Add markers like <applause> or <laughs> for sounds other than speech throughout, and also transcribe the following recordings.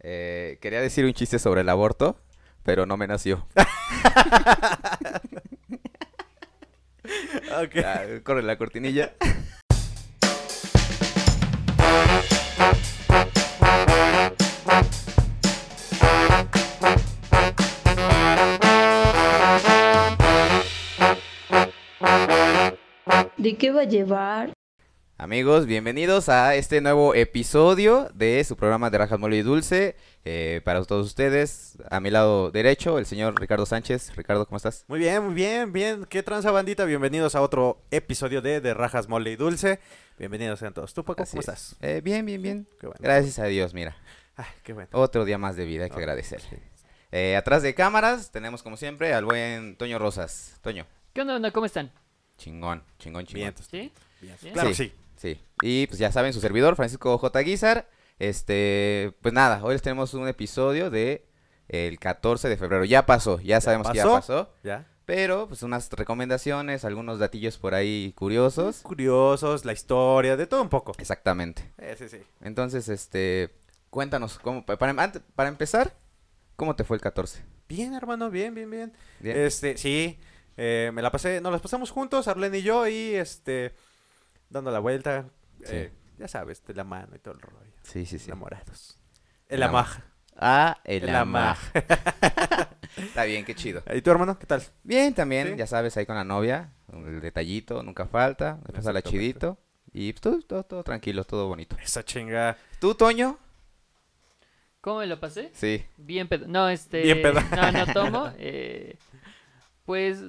Eh, quería decir un chiste sobre el aborto, pero no me nació. <laughs> <laughs> Ok. Ah, corre la cortinilla. ¿De qué va a llevar? Amigos, bienvenidos a este nuevo episodio de su programa de Rajas Mole y Dulce. Eh, para todos ustedes, a mi lado derecho, el señor Ricardo Sánchez. Ricardo, ¿cómo estás? Muy bien, muy bien, bien. ¿Qué tranza bandita? Bienvenidos a otro episodio de De Rajas Mole y Dulce. Bienvenidos sean todos. ¿Tú, Paco, Así cómo es. estás? Eh, bien, bien, bien. Qué bueno. Gracias a Dios, mira. Ah, qué bueno. Otro día más de vida, hay que Ok, agradecer. sí. Eh, atrás de cámaras tenemos como siempre al buen Toño Rosas. Toño, ¿Qué onda, onda? ¿Cómo están? chingón, chingón, chingón. Bien, entonces, ¿Sí? bien. Bien. Claro, que Sí. sí. Sí. Y pues ya saben, su servidor, Francisco J. Guizar. Este, pues nada, hoy les tenemos un episodio de el 14 de febrero. Ya pasó, ya sabemos que ya pasó? pasó. ¿Ya? Pero, pues unas recomendaciones, algunos datillos por ahí curiosos. Curiosos, la historia, de todo un poco. Exactamente. Eh, sí, sí. Entonces, este, cuéntanos, cómo, pa- para, em-, ante- para empezar, ¿cómo te fue el 14? Bien, hermano, bien, bien, bien. Bien. Este, sí, eh, me la pasé, nos las pasamos juntos, Arlene y yo, y este, dando la vuelta, Sí. eh, ya sabes, de la mano y todo el rollo. Sí, sí, sí. Enamorados. El La ma- amaj. Ah, el, El amaj. amaj. <laughs> Está bien, qué chido. ¿Y tu hermano? ¿Qué tal? Bien, también, Sí. ya sabes, ahí con la novia, el detallito, nunca falta, la Exactamente. chidito. Y pues, todo, todo, todo tranquilo, todo bonito. Esa chinga. ¿Tú, Toño? ¿Cómo me lo pasé? Sí. Bien pedo. No, este. Bien pedo. No, no <laughs> tomo. eh, pues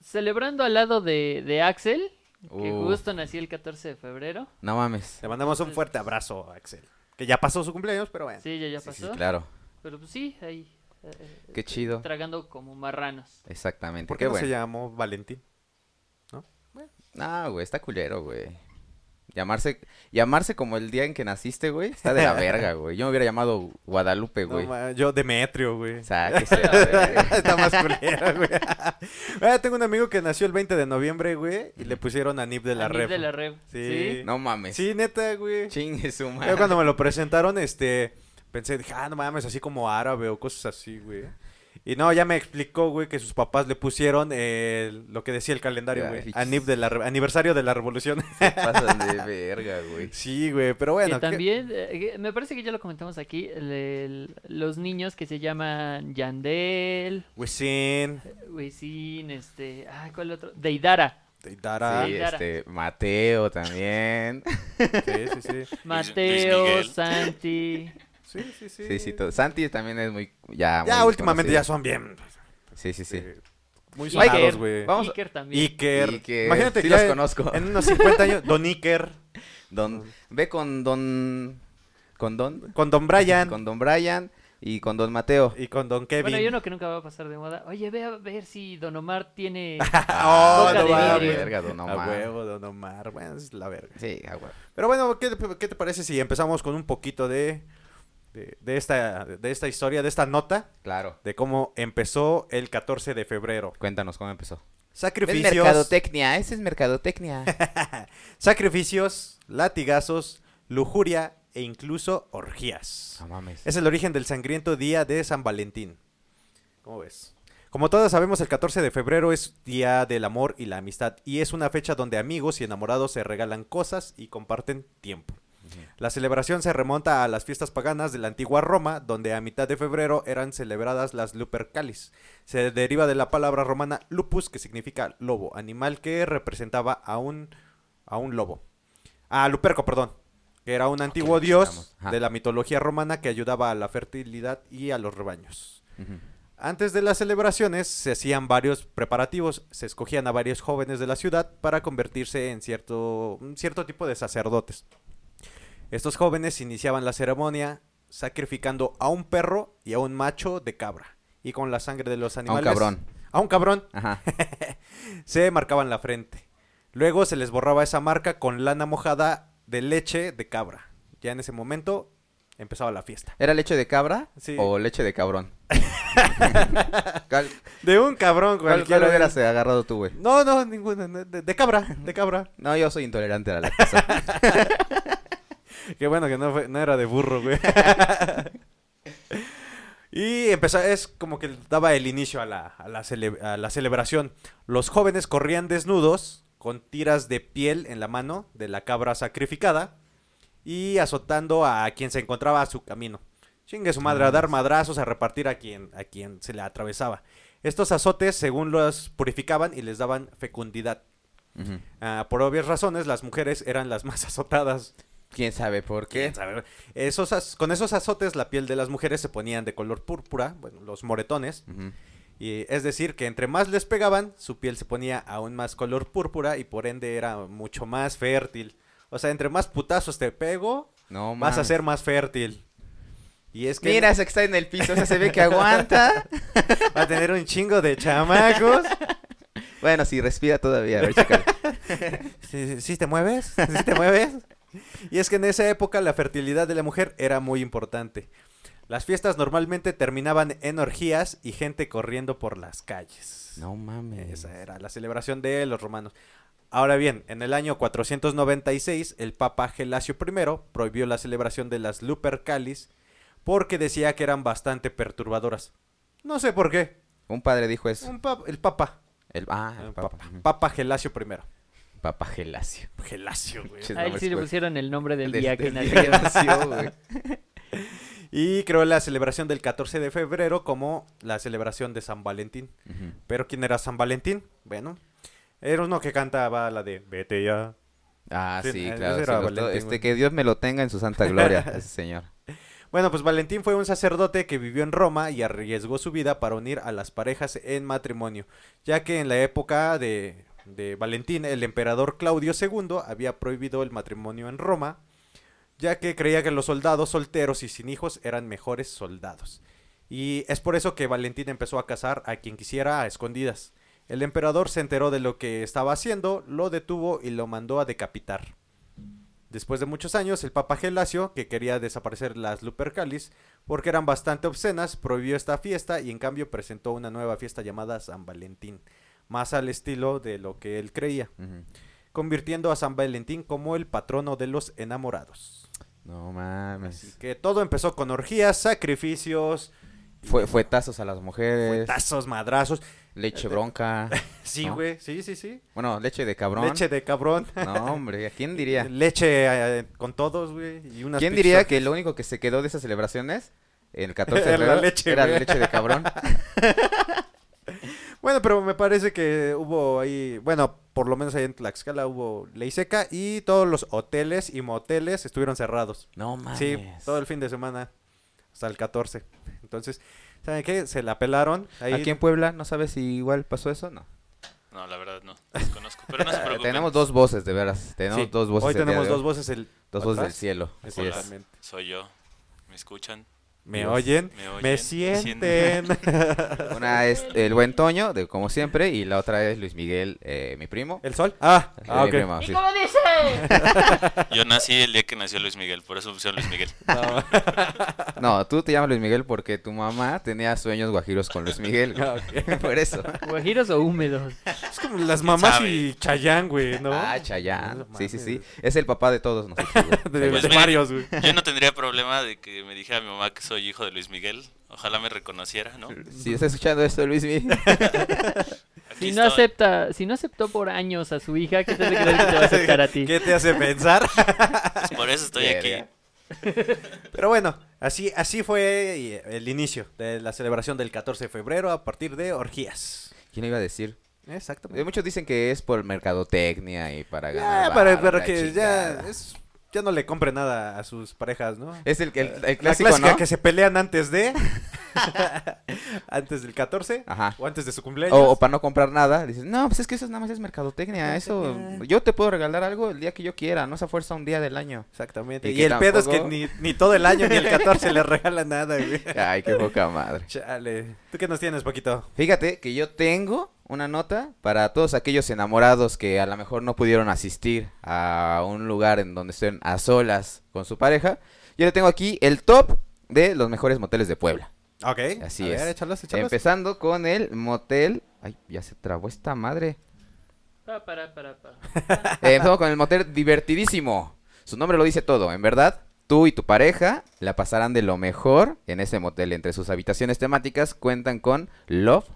celebrando al lado de, de Axel, que Uh. justo nací el 14 de febrero. No mames. Le mandamos un fuerte abrazo a Axel. Que ya pasó su cumpleaños, pero bueno. Sí, ya, ya Sí, sí, pasó. claro. Pero pues sí, ahí. eh, Qué chido. Tragando como marranos. Exactamente. ¿Por qué no bueno. se llamó Valentín? No, güey, está culero, güey. Llamarse, llamarse como el día en que naciste, güey, está de la <laughs> verga, güey. Yo me hubiera llamado Guadalupe, No, güey. ma- yo Demetrio, güey. o sea, que sea, güey. <laughs> Está más culero, güey. <laughs> Ah, tengo un amigo que nació el 20 de noviembre, güey, y le pusieron a Nip de la Anís Rep. De la rev. <laughs> Sí. Sí. No mames. Sí, neta, güey. Chingue su madre. Yo cuando me lo presentaron, este, pensé, dije, ah, no mames, así como árabe o cosas así, güey. Y no, ya me explicó, güey, que sus papás le pusieron eh, lo que decía el calendario, Ya, güey. fichas. Anib de la re- aniversario de la revolución. <laughs> Se pasan de verga, güey. sí, güey, pero bueno. que también, eh, que- me parece que ya lo comentamos aquí, el- el- los niños que se llaman Yandel, que- Wisin, Wisin, este, ah, ¿cuál otro? Deidara. Deidara. Sí, Sí, Deidara. este, Mateo también. sí, sí. Mateo, Miguel. Santi. Sí, sí, sí. Sí, sí, todo. Santi también es muy... Ya, Ya muy últimamente conocido. ya son bien. pues, Sí, sí, sí. eh, muy Iker. sonados, güey. Vamos a- Iker también. Iker. Iker. Imagínate Sí que ya los en- conozco. en unos 50 años, Don Iker, Don, ve con Don... Con Don... con Don <laughs> Brian Con Don Brian y con Don Mateo. y con Don Kevin. Bueno, yo no que nunca va a pasar de moda. Oye, ve a ver si Don Omar <laughs> tiene... Oh, Boca no de mames. vidrio. Verga, Don A Omar. huevo, Don Omar. Bueno, es la verga. Sí, ah, güey. Pero bueno, ¿qué, te- qué te parece si empezamos con un poquito de, de, de esta, de esta historia, de esta nota, Claro. de cómo empezó el 14 de febrero? Cuéntanos cómo empezó. Es Sacrificios, mercadotecnia, ese es <laughs> mercadotecnia. sacrificios, latigazos, lujuria e incluso orgías. No mames. Es el origen del sangriento día de San Valentín. ¿Cómo ves? Como todos sabemos, el 14 de febrero es Día del Amor y la Amistad y es una fecha donde amigos y enamorados se regalan cosas y comparten tiempo. La celebración se remonta a las fiestas paganas de la antigua Roma, donde a mitad de febrero eran celebradas las Lupercalis. Se deriva de la palabra romana lupus, que significa lobo, animal que representaba a un, a un lobo. A Luperco, perdón, que era un antiguo lo chingamos. dios Ajá. de la mitología romana que ayudaba a la fertilidad y a los rebaños. Ujú. Antes de las celebraciones se hacían varios preparativos, se escogían a varios jóvenes de la ciudad para convertirse en cierto, un cierto tipo de sacerdotes. Estos jóvenes iniciaban la ceremonia sacrificando a un perro y a un macho de cabra. Y con la sangre de los animales... cabrón. A un cabrón Ajá. se marcaban la frente. Luego se les borraba esa marca con lana mojada de leche de cabra. Ya en ese momento empezaba la fiesta. ¿Era leche de cabra Sí. o leche de <laughs> cabrón? ¿Cuál, De un cabrón cuál, cualquiera. cuál hubieras agarrado tú, güey? No, no, ninguna. no, De, de cabra, <laughs> de cabra. No, yo soy intolerante a la lactosa. Qué bueno que no, fue- no era de burro, güey. <laughs> Y empezó, es como que daba el inicio a la, a la cele- a la celebración. Los jóvenes corrían desnudos, con tiras de piel en la mano de la cabra sacrificada y azotando a quien se encontraba a su camino. Chingue su madre a dar madrazos, a repartir a quien, a quien se le atravesaba. Estos azotes, según los purificaban y les daban fecundidad. Ujú. Ah, por obvias razones, las mujeres eran las más <laughs> azotadas. ¿Quién sabe por qué? Quién sabe. Esos az- con esos azotes, la piel de las mujeres se ponían de color púrpura, bueno, los moretones. Ujú. Y es decir, que entre más les pegaban, su piel se ponía aún más color púrpura y por ende era mucho más fértil. O sea, entre más putazos te pego, No vas a mames. ser más fértil. Y es que Mira, esa que está en el piso, esa se ve que aguanta. va a tener un chingo de chamacos. <laughs> bueno, sí, respira todavía. A ver, <laughs> chécale. ¿Sí, sí- sí te mueves? <laughs> ¿Sí te mueves? Y es que en esa época la fertilidad de la mujer era muy importante. Las fiestas normalmente terminaban en orgías y gente corriendo por las calles. No mames. Esa era la celebración de los romanos. Ahora bien, en el año 496, el Papa Gelasio I prohibió la celebración de las Lupercalis porque decía que eran bastante perturbadoras. No sé por qué. Un padre dijo eso. Un pap- el Papa. El, Pues ah, el el papa. papa. Ujú. Papa Gelasio I. Papa Gelasio. Gelasio, güey. Ches A él nombres sí le crueles. pusieron el nombre del Del- día que del nació. que nació, güey. Y creó la celebración del 14 de febrero como la celebración de San Valentín. <laughs> Ujú. Pero ¿quién era San Valentín? Bueno, era uno que cantaba la de Vete ya. Ah, Sí, sí, ese claro. era sí, lo- Valentín, todo- güey. este, que Dios me lo tenga en su santa <laughs> gloria, ese señor. Bueno, pues Valentín fue un sacerdote que vivió en Roma y arriesgó su vida para unir a las parejas en matrimonio, ya que en la época de, de Valentín el emperador Claudio II había prohibido el matrimonio en Roma, ya que creía que los soldados solteros y sin hijos eran mejores soldados. Y es por eso que Valentín empezó a casar a quien quisiera a escondidas. El emperador se enteró de lo que estaba haciendo, lo detuvo y lo mandó a decapitar. Después de muchos años, el Papa Gelasio, que quería desaparecer las Lupercalis porque eran bastante obscenas, prohibió esta fiesta y en cambio presentó una nueva fiesta llamada San Valentín, más al estilo de lo que él creía, Ujú. convirtiendo a San Valentín como el patrono de los enamorados. No Así mames. que todo empezó con orgías, sacrificios, Fue, fuetazos a las mujeres. tazos, madrazos. <laughs> Leche bronca. Sí, ¿No? güey, sí, sí, sí. Bueno, leche de cabrón. Leche de cabrón. No, hombre, ¿a <laughs> quién diría? Leche eh, con todos, güey. y unas ¿Quién pizzas. diría que lo único que se quedó de esas celebraciones <laughs> el 14 de Era la febrero leche, era güey. la leche de cabrón? Bueno, pero me parece que hubo ahí, bueno, por lo menos ahí en Tlaxcala hubo ley seca y todos los hoteles y moteles estuvieron cerrados. No mames. Sí, todo el fin de semana hasta el 14. Entonces, ¿saben qué? Se la pelaron. Ahí Aquí en Puebla, ¿no sabes si igual pasó eso? No. No, la verdad no. Desconozco. <laughs> Pero no se preocupen. tenemos dos voces, de veras. Tenemos Sí, dos voces. Hoy el día tenemos de dos voces. El, Dos voces del ¿atrás? cielo. Así Hola, es. Exactamente. soy yo. ¿Me escuchan? ¿Me Dios. oyen? ¿Me oyen? ¿Me ¿Me sienten? <laughs> sienten? Una es el buen Toño, de, como siempre, y la otra es Luis Miguel, eh, mi primo. ¿El sol? Ah, Eh, ah mi ok. primo, sí. Yo nací el día que nació Luis Miguel, por eso puse a Luis Miguel. Ah. No, No, tú te llamas Luis Miguel porque tu mamá tenía sueños guajiros con Luis Miguel. güey. <laughs> ah, <laughs> ok. Por eso. ¿Guajiros o húmedos? Es como las mamás sabe? y Chayán, güey, ¿no? Ah, Chayán. No sí, sí, sí. mames. Es el papá de todos nosotros. <laughs> güey. De, Pues de mira. varios, güey. Yo no tendría problema de que me dijera mi mamá que soy hijo de Luis Miguel. Ojalá me reconociera, ¿no? Si está escuchando esto, Luis <laughs> Miguel. Aquí Si no estoy. acepta, si no aceptó por años a su hija, ¿qué <laughs> te hace creer que te va a aceptar a ti? ¿Qué te hace pensar? Por eso estoy aquí. <laughs> Verga. Pero bueno, así, así fue eh, el inicio de la celebración del 14 de febrero a partir de orgías. ¿Quién lo iba a decir? Eh, Exactamente. Muchos dicen que es por mercadotecnia y para ganar. Ya, para, varo, para la que ya, chingada. es- ya no le compre nada a sus parejas, ¿no? Es el, el- el La clásico, clásica ¿no? que se pelean <laughs> antes de... <laughs> antes del 14 Ajá. o antes de su cumpleaños. O, o para no comprar nada, dices, no, pues es que eso nada más es Ah, mercadotecnia, eso, yo te puedo regalar algo el día que yo quiera, no esa fuerza un día del año. Exactamente. Y Y, que el pedo es que tampoco- ni, ni todo el año <laughs> ni el 14 le regalan nada, güey. Ay, qué poca madre. Chale. ¿Tú qué nos tienes, Paquito? Fíjate que yo tengo una nota para todos aquellos enamorados que a lo mejor no pudieron asistir a un lugar en donde estén a solas con su pareja. Yo le tengo aquí el top de los mejores moteles de Puebla. Ok. Así a es. Ver, échalos, échalos. Empezando con el motel... Ay, ya se trabó esta madre. Pa, para, para, para. Eh, empezamos con el motel divertidísimo. Su nombre lo dice todo, en verdad. Tú y tu pareja la pasarán de lo mejor en ese motel. Entre sus habitaciones temáticas cuentan con Love,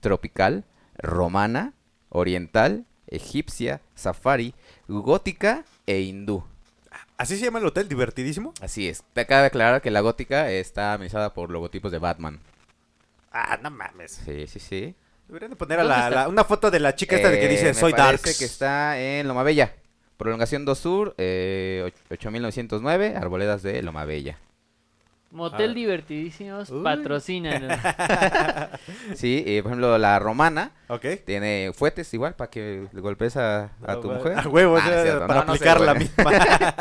Tropical, Romana, Oriental, Egipcia, Safari, Gótica e Hindú. ¿Así se llama el hotel? ¿Divertidísimo? Así es. Te acaba de aclarar que la gótica está amenizada por logotipos de Batman. Ah, no mames. Sí, sí, sí. Deberían de poner a ¿Dónde la- está? la- una foto de la chica esta de que Eh, dice me soy parece Dark. que está en Loma Bella. Prolongación 2 Sur, eh, och- 8909, Arboledas de Loma Bella. Motel Ah. divertidísimos, <laughs> Uy. patrocinan. Sí, eh, por ejemplo, la romana Ok. tiene fuetes igual para que le golpes a, a tu Ah, mujer. A huevo, Ah, no es ya, cierto, para no, no se aplicar la puede. misma.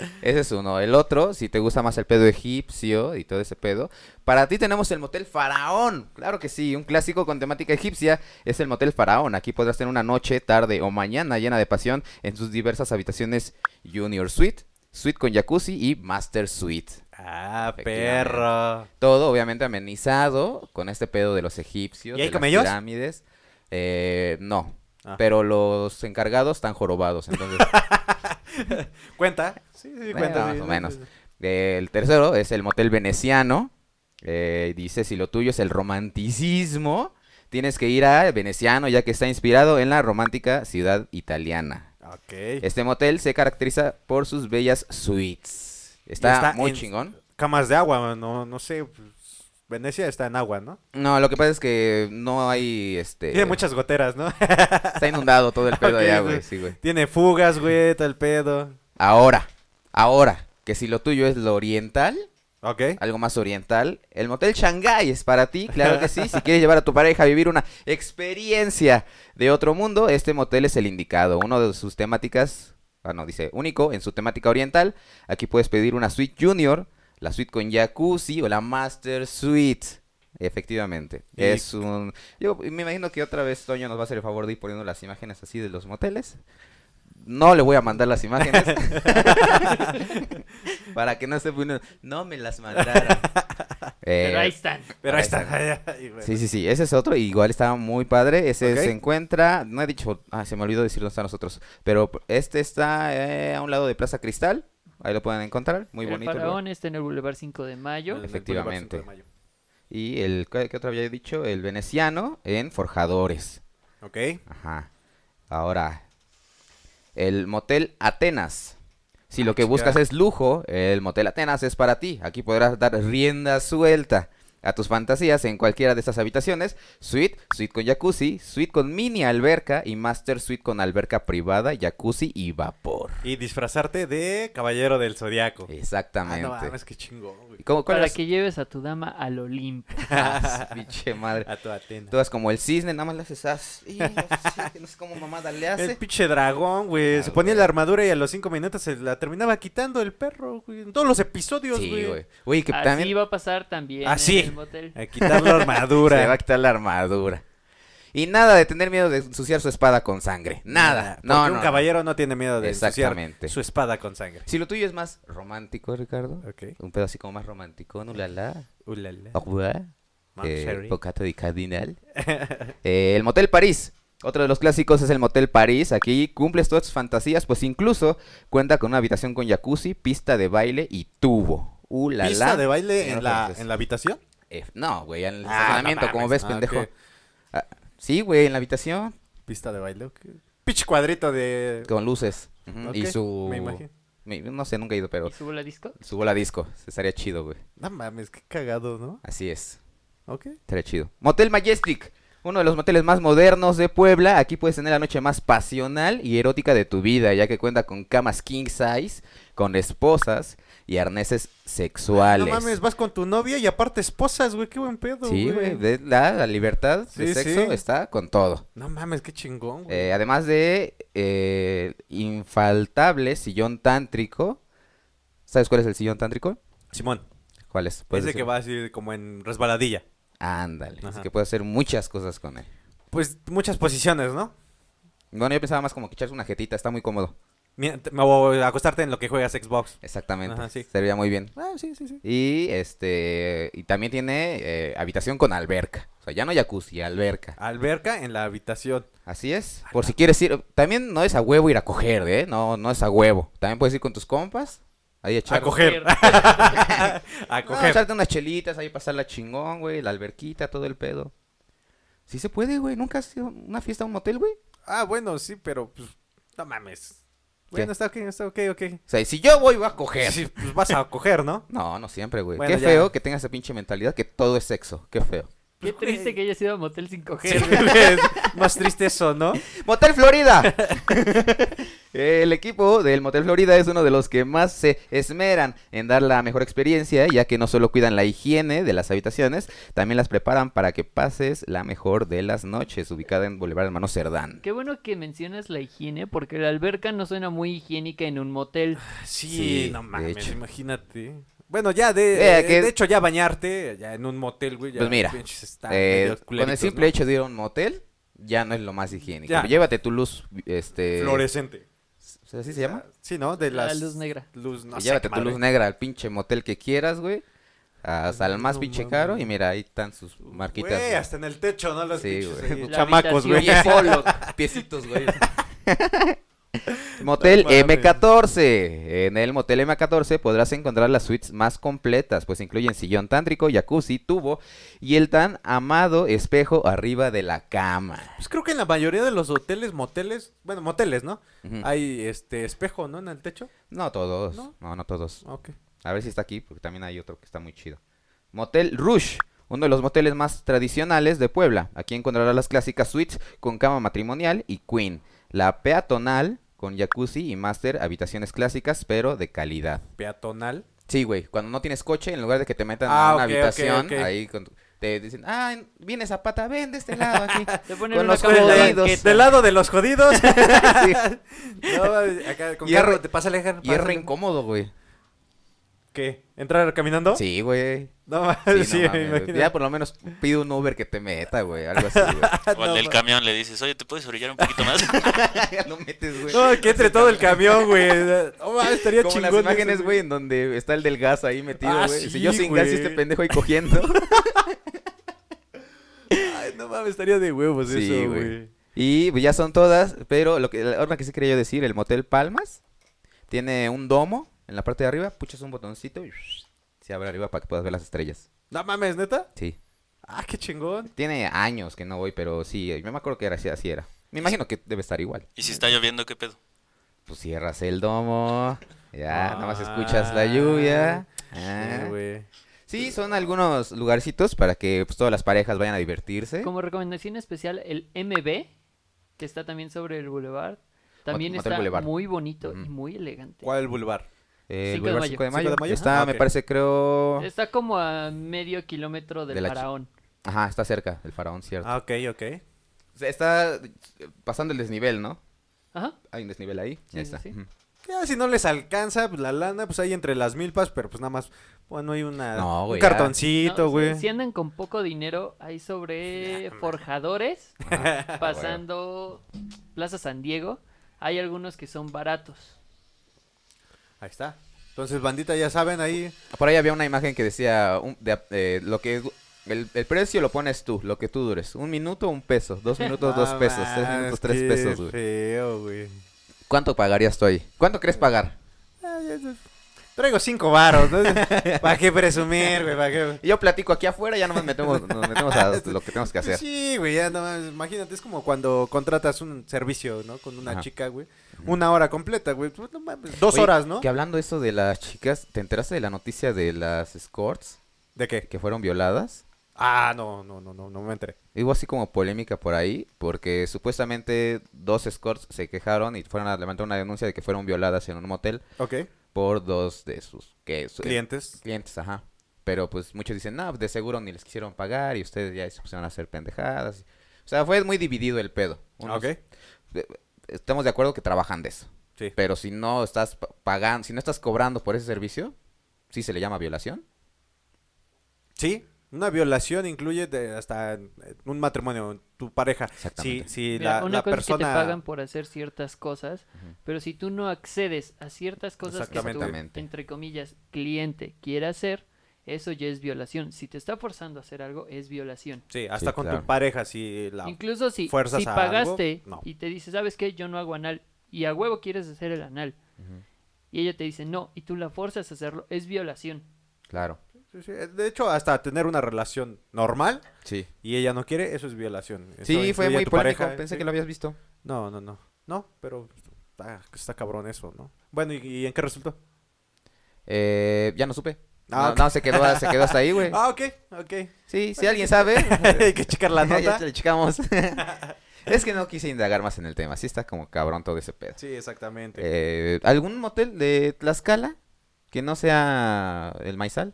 <laughs> Ese es uno. El otro, si te gusta más el pedo egipcio y todo ese pedo. Para ti tenemos el Motel Faraón. Claro que sí, un clásico con temática egipcia es el Motel Faraón. Aquí podrás tener una noche, tarde o mañana llena de pasión en sus diversas habitaciones Junior Suite, Suite con Jacuzzi y Master Suite. ah, Efectivamente. perro. Todo obviamente amenizado con este pedo de los egipcios, ¿Y hay de las camellos? pirámides. Eh, no. Ah. Pero los encargados están jorobados, entonces ¿Cuenta? Sí, sí, Bueno, cuenta. más sí, o no, menos. pues, El tercero es el motel veneciano. Eh, dice, si lo tuyo es el romanticismo, tienes que ir a Veneciano, ya que está inspirado en la romántica ciudad italiana. Ok. Este motel se caracteriza por sus bellas suites. Está, está muy en- chingón. Camas de agua, no, no sé. pues, Venecia está en agua, ¿no? No, lo que pasa es que no hay, este... Tiene muchas goteras, ¿no? <laughs> Está inundado todo el pedo Ok, allá, güey. güey. Sí, güey. Tiene fugas, güey, tal pedo. Ahora, ahora, que si lo tuyo es lo oriental, Ok. algo más oriental. El motel Shanghai es para ti, claro que sí. Si quieres llevar a tu pareja a vivir una experiencia de otro mundo, este motel es el indicado. Uno de sus temáticas, ah no, dice único en su temática oriental. Aquí puedes pedir una suite junior, la suite con jacuzzi o la master suite. Efectivamente, Y- es un... Yo me imagino que otra vez Toño nos va a hacer el favor de ir poniendo las imágenes así de los moteles. No le voy a mandar las imágenes. <laughs> Para que no se pone- No me las mandaron. Eh, <laughs> Pero ahí están. Pero ahí ahí está. <laughs> Y bueno. sí, sí, sí. Ese es otro. Igual estaba muy padre. Ese Ok. se encuentra. No he dicho. Ah, se me olvidó decir dónde están nosotros. Pero este está eh, a un lado de Plaza Cristal. Ahí lo pueden encontrar. Muy el bonito. el lugar. faraón está este en el Boulevard 5 de Mayo. En el efectivamente. Boulevard cinco Y el. ¿Qué qué otro había dicho? El veneciano en Forjadores. de Mayo. Ok. Ajá. Ahora, el Motel Atenas. Si Ah, lo que chica. buscas es lujo, el Motel Atenas es para ti. Aquí podrás dar rienda suelta a tus fantasías en cualquiera de estas habitaciones. Suite, suite con jacuzzi, suite con mini alberca y master suite con alberca privada, jacuzzi y vapor. Y disfrazarte de caballero del zodiaco. Ah, Exactamente. no mames, qué chingón, güey. ¿Y cómo- cuál Para es- que lleves a tu dama al Olimpo. <laughs> Ah, pinche madre. A tu Atena. Tú eres como el cisne, nada más le haces <laughs> así, así, no sé cómo mamada le hace. El pinche dragón, güey. Ah, se ponía güey. la armadura y a los cinco minutos se la terminaba quitando el perro, güey. En todos los episodios, Sí, güey. güey. Güey, que Así también Ah, va a pasar también Así. en el motel. A quitar la armadura. <laughs> Se va a quitar la armadura. Y nada de tener miedo de ensuciar su espada con sangre. Nada. No, Porque no. Un no. caballero no tiene miedo de ensuciar Exactamente. su espada con sangre. Si lo tuyo es más romántico, Ricardo. Ok. Un pedo así como más romántico, ulala. Ulala. au revoir, Mount eh, Cherry. bocato de <laughs> cardinal. Eh, el Motel París. Otro de los clásicos es el Motel París. Aquí cumples todas tus fantasías, pues incluso cuenta con una habitación con jacuzzi, pista de baile y tubo. Ulala. ¿Pista de baile Señor en la, francés. en la habitación? Eh, no, güey, en el Ah, estacionamiento, no como mames. ves, Ah, pendejo. ok. Ah, sí, güey, en la habitación. ¿Pista de baile? ok. Pinche cuadrito de... Con luces. Ujú, Ok, Y su. me imagino. mi- no sé, nunca he ido, pero ¿Y subo la disco? su bola disco. Estaría chido, güey. No mames, qué cagado, ¿no? Así es. Ok. Estaría chido. Motel Majestic. Uno de los moteles más modernos de Puebla. Aquí puedes tener la noche más pasional y erótica de tu vida, ya que cuenta con camas king size, con esposas y arneses No sexuales. mames, vas con tu novia y aparte esposas, güey. Qué buen pedo, Sí, güey. de- La, la libertad de Sí, sexo sí. está con todo. No mames, qué chingón, güey. Eh, además de eh, infaltable sillón tántrico. ¿Sabes cuál es el sillón tántrico? Simón, ¿Cuál es? es Puedes de que decirme. vas ir como en resbaladilla. Ándale, así Ajá. que puedo hacer muchas cosas con él. Pues muchas posiciones, ¿no? Bueno, yo pensaba más como que echarse una jetita, está muy cómodo. Mient- O acostarte en lo que juegas Xbox. Exactamente, Ajá, sí. servía muy bien. Ah, sí, sí, sí. Y este y también tiene eh, habitación con alberca. O sea, ya no jacuzzi, alberca. Alberca en la habitación. Así es. Ah, Por si quieres ir, también no es a huevo ir a coger, ¿eh? No, no es a huevo. También puedes ir con tus compas Ahí A echar. coger. <laughs> a No, coger. echarte unas chelitas, ahí pasarla chingón, güey. La alberquita, todo el pedo. Sí se puede, güey. Nunca has ido a una fiesta a un motel, güey. Ah, bueno, sí, pero pues, no mames. ¿Qué? Bueno, está ok, está ok, ok. O sea, si yo voy, voy a coger. Sí, pues vas a coger, ¿no? No, no siempre, güey. Bueno, qué ya. feo que tengas esa pinche mentalidad que todo es sexo. Qué feo. Qué Pues, güey. triste que haya sido a motel sin Sí, <laughs> coger. güey. es más triste eso, ¿no? ¡Motel Florida! <laughs> El equipo del Motel Florida es uno de los que más se esmeran en dar la mejor experiencia, ya que no solo cuidan la higiene de las habitaciones, también las preparan para que pases la mejor de las noches, ubicada en Boulevard Hermano Cerdán. Qué bueno que mencionas la higiene, porque la alberca no suena muy higiénica en un motel. Sí, Sí, no de mames, hecho. imagínate. Bueno, ya de, Vea eh, que- de hecho ya bañarte ya en un motel, güey. ya Pues mira, pinches están Eh, medio con el culeritos, simple ¿no? hecho de ir a un motel, ya no es lo más higiénico. Ya. Llévate tu luz, este... fluorescente. ¿Así se llama? Sí, ¿no? De La las luz negra. Luz, no Y sé llévate qué tu madre. luz negra al pinche motel que quieras, güey. Hasta el más No pinche mames. caro. Y mira, ahí están sus marquitas. Güey, güey. hasta en el techo, ¿no? Los Sí, pinches güey. <laughs> ahí. La chamacos, güey. Oye, <laughs> polos, piecitos, güey. Motel No mames. M14. En el Motel M14 podrás encontrar las suites más completas, pues incluyen sillón tántrico, jacuzzi, tubo y el tan amado espejo arriba de la cama. Pues creo que en la mayoría de los hoteles, moteles, bueno, moteles, ¿no? Ujú. Hay este espejo, ¿no? En el techo. No todos, ¿No? no, no, todos. Ok. A ver si está aquí, porque también hay otro que está muy chido. Motel Rush, uno de los moteles más tradicionales de Puebla. Aquí encontrarás las clásicas suites con cama matrimonial y queen. La peatonal con jacuzzi y master, habitaciones clásicas, pero de calidad. Peatonal. Sí, güey, cuando no tienes coche, en lugar de que te metan Ah, a una ok, ok, habitación, ok. ahí con tu- te dicen, ah, en- viene Zapata, ven de este lado <laughs> aquí. Te ponen Con una los cama de jodidos. banqueta. Del lado de los jodidos. <laughs> Sí, no, acá con Y es carro, re- te pasa lejos. Y es re incómodo, güey. ¿Qué? ¿Entrar caminando? Sí, <laughs> güey. No, ma- Sí, no sí, me mames, güey. imagino. Ya por lo menos pide un Uber que te meta, güey, algo así, güey. O al del camión le dices, oye, ¿te puedes orillar un poquito <laughs> más? lo metes, güey. <laughs> No, que entre todo el <laughs> camión, güey. No, ma, estaría Como chingón. las eso, imágenes, güey, en donde está el del gas ahí metido, Ah, güey. sí, si yo sin gas y este güey. Pues pendejo ahí <laughs> cogiendo. <laughs> Ay, no mames, estaría de huevos Sí, eso, güey. güey. y pues, ya son todas, pero lo que, la otra que sí quería yo decir, el Motel Palmas tiene un domo en la parte de arriba, puchas un botoncito y se abre arriba para que puedas ver las estrellas. No mames, neta. Sí. Ah, qué chingón. Tiene años que no voy, pero sí, yo me acuerdo que era así, así era. Me imagino que debe estar igual. y si está lloviendo, ¿qué pedo? Pues cierras el domo, ya, nada más escuchas Ah, la lluvia. Sí, Ah. güey. Sí, son algunos lugarcitos para que pues, todas las parejas vayan a divertirse. Como recomendación especial, el MB, que está también sobre el boulevard, también Motel está Boulevard. muy bonito y Ujú. muy elegante. ¿Cuál boulevard? Eh, El Cinco de Boulevard mayo. 5 de ¿Cinco de mayo. mayo? Está, Ah, me ok. parece, creo. Está como a medio kilómetro del De la chi- faraón. Ajá, está cerca, el faraón, cierto. Ah, ok, ok. O sea, está eh, pasando el desnivel, ¿no? Ajá. Hay un desnivel ahí. Sí, ahí sí, está. sí. Ujú. Ya, si no les alcanza pues, la lana, pues ahí entre las milpas, pero pues nada más, bueno, hay una, No, un güey, ya. cartoncito, No, güey. si, si andan con poco dinero, hay sobre <laughs> forjadores, Ajá. pasando Plaza San Diego, hay algunos que son baratos. Ahí está. Entonces, bandita, ya saben, ahí Por ahí había una imagen que decía un- de, eh, lo que el, el precio lo pones tú, lo que tú dures. Un minuto, un peso. Dos minutos, <laughs> dos Ah, pesos. Tres mames, minutos, tres qué pesos, güey. feo, güey. ¿Cuánto pagarías tú ahí? ¿Cuánto Eh. crees pagar? Ah, ya, ya. Traigo cinco <laughs> varos, ¿no? ¿Para qué presumir, güey? ¿Para qué? Y yo platico aquí afuera, ya no nos metemos, nos metemos a <laughs> lo que tenemos que hacer. Pues, Sí, güey, ya no mames, imagínate, es como cuando contratas un servicio, ¿no? Con una Ajá. chica, güey. Una hora completa, güey. Pues, no mames, Dos Oye, horas, ¿no? Que hablando eso de las chicas, ¿te enteraste de la noticia de las escorts ¿De qué? que fueron violadas? Ah, no, no, no, no, no me enteré. Hubo así como polémica por ahí, porque supuestamente dos escorts se quejaron y fueron a levantar una denuncia de que fueron violadas en un motel Ok. por dos de sus que su- eh, Clientes. clientes, ajá. Pero pues muchos dicen, no, de seguro ni les quisieron pagar y ustedes ya se pusieron a hacer pendejadas. O sea, fue muy dividido el pedo. Unos- Ah, Ok. Estamos de acuerdo que trabajan de eso. Sí. Pero si no estás pa- pagando, si no estás cobrando por ese servicio, sí se le llama violación. Sí, una violación incluye de- hasta eh, un matrimonio, tu pareja. Si, Exactamente. si Mira, la, una la cosa es que te persona... pagan por hacer ciertas cosas, pero si tú no accedes a ciertas cosas que tú, Exactamente. entre comillas, cliente quiere hacer, eso ya es violación. Si te está forzando a hacer algo, es violación. Sí, hasta Sí, con tu claro. pareja, si la... Incluso si, fuerzas si a pagaste algo, no. y te dice, ¿sabes qué? Yo no hago anal y a huevo quieres hacer el anal. y ella te dice no y tú la forzas a hacerlo, es violación. Claro. Sí, sí, De hecho, hasta tener una relación normal Sí. y ella no quiere, eso es violación. Eso Sí, incluye fue a muy tu polémico. pareja, Pensé sí. que lo habías visto. No, no, no. No, pero está, está cabrón eso, ¿no? Bueno, ¿y, y en qué resultó? Eh, ya no supe. Ah, no, ok. no, se quedó, se quedó hasta ahí, güey. <laughs> Ah, ok, ok. Sí, si alguien <laughs> sabe. Hay que checar la <laughs> ya nota. te le <laughs> checamos. es que no quise indagar más en el tema. Sí está como cabrón todo ese pedo. Sí, exactamente. Eh, ¿Algún motel de Tlaxcala que no sea el Maizal?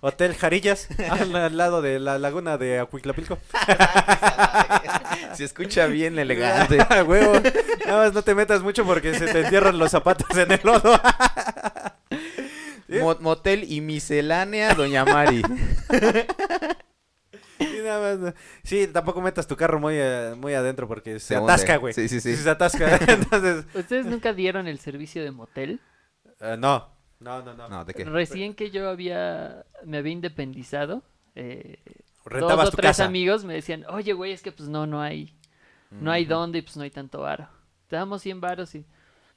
Hotel <laughs> Jarillas, al, al lado de la laguna de Acuiclapilco. Se escucha <laughs> bien elegante. <laughs> Ah, huevo. Nada más no te metas mucho porque se te entierran los zapatos en el lodo. <laughs> Mo- motel y miscelánea Doña <laughs> Mari. Y nada más, Sí, tampoco metas tu carro muy, eh, muy adentro porque se, Se hunde. atasca, güey. Sí, sí, sí. <laughs> Se atasca. <laughs> Entonces, ¿Ustedes nunca dieron el servicio de motel? eh, no. No, no, no. No, ¿de qué? Recién que yo había, me había independizado, eh, dos Rentabas o tu tres casa. amigos me decían, oye, güey, es que pues no, no hay, no hay dónde y pues no hay tanto varo. Te damos 100 varos y,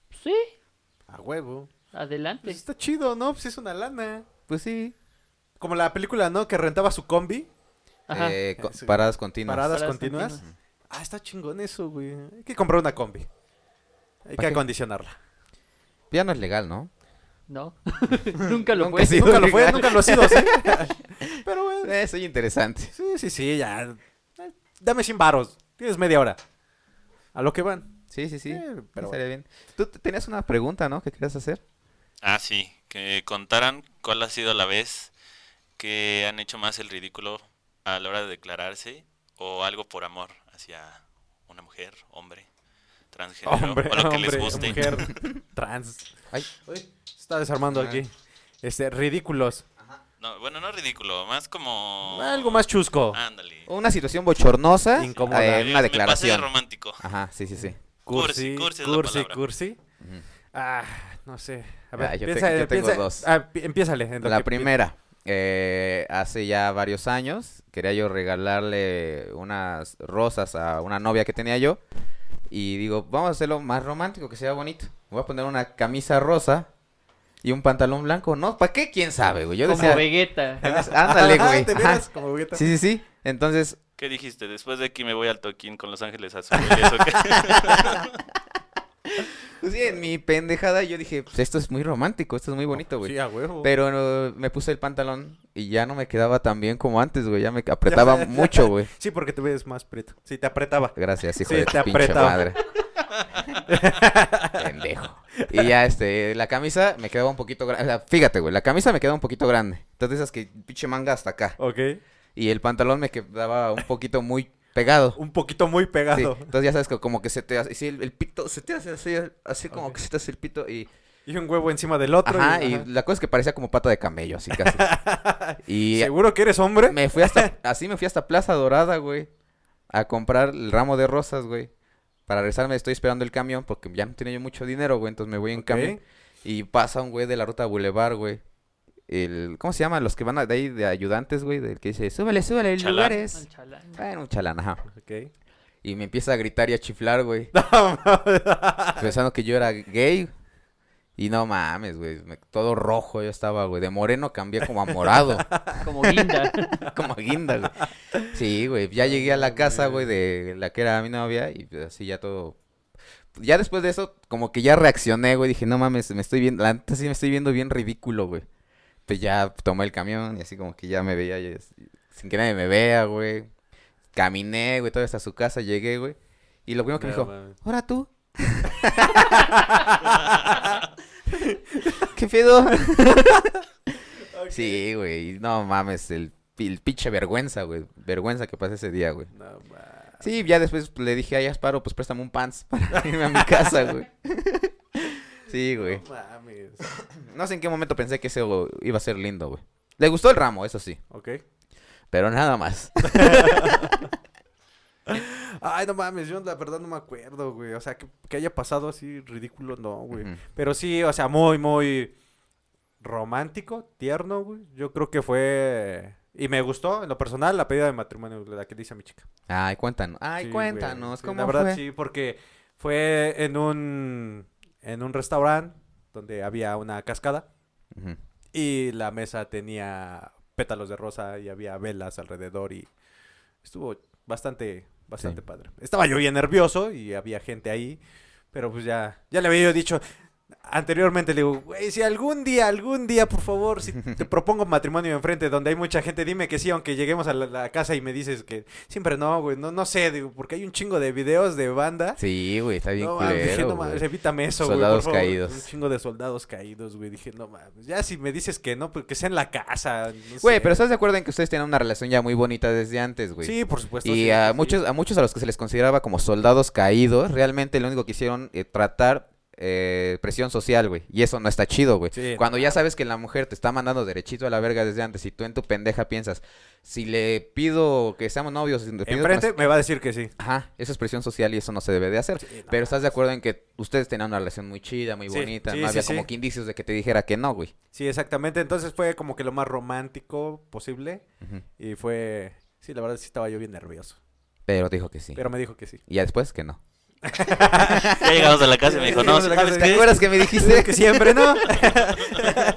pues, sí, A huevo. adelante. Pues está chido, ¿no? Pues es una lana. Pues sí. Como la película, ¿no? Que rentaba su combi. Ajá. Eh, co- Sí. paradas continuas. Paradas Paradas continuas. continuas. Ah, está chingón eso, güey. Hay que comprar una combi. Hay que qué? acondicionarla. Ya no es legal, ¿no? No, <laughs> nunca lo Nunca fue. he <laughs> sido Nunca lo fue, legal. nunca lo ha sido, sí. <laughs> Pero, güey. Eh, soy interesante. Sí, sí, sí, ya. Eh, Dame 100 varos. Tienes media hora. A lo que van. Sí, sí, sí. Eh, pero Estaría bien. Tú te- tenías una pregunta, ¿no? Que querías hacer. Ah, sí, que contaran cuál ha sido la vez que han hecho más el ridículo a la hora de declararse o algo por amor hacia una mujer, hombre, transgénero Hombre, o lo que les hombre, guste. mujer, <laughs> trans. Ay. Uy, se está desarmando Ah. aquí. Este, ridículos. No, bueno, no ridículo, más como Algo más chusco. Ándale. Una situación bochornosa. Incómoda. eh, eh, una Me pasé de declaración. romántico. Ah. Ajá, sí, sí, sí. Cursi, Cursi, cursi, cursi es la cursi. palabra. Ujú. Ah, no sé. A ver, Ah, yo te- piensa, yo tengo piensa- dos. ah, pi- empiézale. en lo La que- primera. eh, hace ya varios años quería yo regalarle unas rosas a una novia que tenía yo. Y digo, vamos a hacerlo más romántico, que sea bonito. Voy a poner una camisa rosa y un pantalón blanco. No, ¿para qué? ¿Quién sabe, güey? Yo Como decía, Vegeta. en ese- ándale, <laughs> Ah, güey. ¿te Ajá. miras como Vegeta? Sí, sí, sí. Entonces, ¿Qué dijiste? Después de aquí me voy al toquín con Los Ángeles Azules. ¿y <laughs> eso qué? pues sí, en mi pendejada yo dije, pues esto es muy romántico, esto es muy bonito, güey. Sí, a huevo. Pero eh, me puse el pantalón y ya no me quedaba tan bien como antes, güey. Ya me <laughs> apretaba mucho, güey. Sí, porque te ves más preto. Sí, te apretaba. Gracias, hijo Sí, de te tu pinche apretaba. <laughs> madre. Pendejo. Y ya, este, la camisa me quedaba un poquito grande. fíjate, güey, la camisa me quedaba un poquito grande. Entonces, esas que pinche manga hasta acá. Ok. Y el pantalón me quedaba un poquito muy pegado. Un poquito muy Sí, pegado. entonces ya sabes que como que se te hace, sí, el, el pito, se te hace así, así como Ok. que se te hace el pito y... Y un huevo encima del otro. Ajá, y la cosa es que parecía como pata de camello, así <laughs> casi. Y ¿Seguro que eres hombre? me fui hasta, así me fui hasta Plaza Dorada, güey, a comprar el ramo de rosas, güey. Para regresarme estoy esperando el camión porque ya no tenía yo mucho dinero, güey, entonces me voy en Ok. camión. Y pasa un güey de la ruta Boulevard, güey. El, ¿Cómo se llama? Los que van a- de ahí de ayudantes, güey, del que dice, súbele, súbele, el Chalán. lugar Al es... chalán. Bueno, un chalán, ajá. Ok. Y me empieza a gritar y a chiflar, güey. <laughs> No, mames. pensando que yo era gay. Y no mames, güey. me- Todo rojo yo estaba, güey. De moreno cambié como a morado. <laughs> Como <laughs> guinda. como a guinda, güey. Sí, güey. Ya llegué a la casa, güey, de la que era mi novia. Y pues, así ya todo. Ya después de eso, como que ya reaccioné, güey. Dije, no mames, me estoy viendo. La neta sí me estoy viendo bien ridículo, güey. Pues ya tomé el camión y así como que ya me veía. ya- sin que nadie me vea, güey. Caminé, güey, todo hasta su casa. Llegué, güey. Y lo primero que me No, dijo, mames. ¿Ahora <laughs> tú? ¿Qué pedo? Sí, güey. No mames, el, pi- el pinche vergüenza, güey. Vergüenza que pasé ese día, güey. No, mames. Sí, ya después le dije a Yasparo, pues préstame un pants para <laughs> irme a mi casa, güey. Sí, güey. No mames. No sé en qué momento pensé que eso iba a ser lindo, güey. Le gustó el ramo, eso sí. Ok. Pero nada más. Ay, no mames, yo la verdad no me acuerdo, güey. O sea, que, que haya pasado así ridículo, no, güey. Ujú. Pero sí, o sea, muy, muy romántico, tierno, güey. Yo creo que fue... Y me gustó, en lo personal, la pedida de matrimonio, la que le hice a mi chica. Ay, cuéntanos. Sí, Ay, güey. cuéntanos. Sí, ¿Cómo La verdad, fue? sí, porque fue en un... en un restaurante donde había una cascada Ujú. y la mesa tenía pétalos de rosa y había velas alrededor y estuvo bastante, bastante padre. Estaba yo bien nervioso y había gente ahí, pero pues ya, ya le había yo dicho anteriormente, le digo, güey, si algún día, algún día, por favor, si te propongo un matrimonio enfrente donde hay mucha gente, dime que sí, aunque lleguemos a la, la casa y me dices que siempre no, güey, no, no sé, digo, porque hay un chingo de videos de banda. Sí, güey, está bien No mames, dije, culero, no mames, güey. evítame eso, güey. Soldados por favor. caídos. Un chingo de soldados caídos, güey. Dije, no mames. Ya si me dices que no, pues que sea en la casa. no Güey, sé. pero ¿estás de acuerdo en que ustedes tenían una relación ya muy bonita desde antes, güey? Sí, por supuesto. Y sí, a, sí. muchos, a muchos a los que se les consideraba como soldados caídos, realmente lo único que hicieron eh, tratar eh, presión social, güey. Y eso no está chido, güey. Sí, no Cuando ya sabes que la mujer te está mandando derechito a la verga desde antes y tú en tu pendeja piensas, si le pido que seamos novios... si le pido que nos- Enfrente me va a decir que sí. Ajá, eso es presión social y eso no se debe de hacer. Sí, no Pero estás de acuerdo en que ustedes tenían una relación muy chida, muy Sí, bonita, sí, no sí, había sí. como que indicios de que te dijera que no, güey. Sí, exactamente. Entonces fue como que lo más romántico posible. Ujú. Y fue. Sí, la verdad sí estaba yo bien nervioso. Pero dijo que sí. Pero me dijo que sí. Y ya después que no. Ya llegamos a la casa y me dijo, no, Llegamos a la ¿sabes casa ¿Te y- ¿Qué? qué? acuerdas que me dijiste? Dices <laughs> que siempre, ¿no? Ah.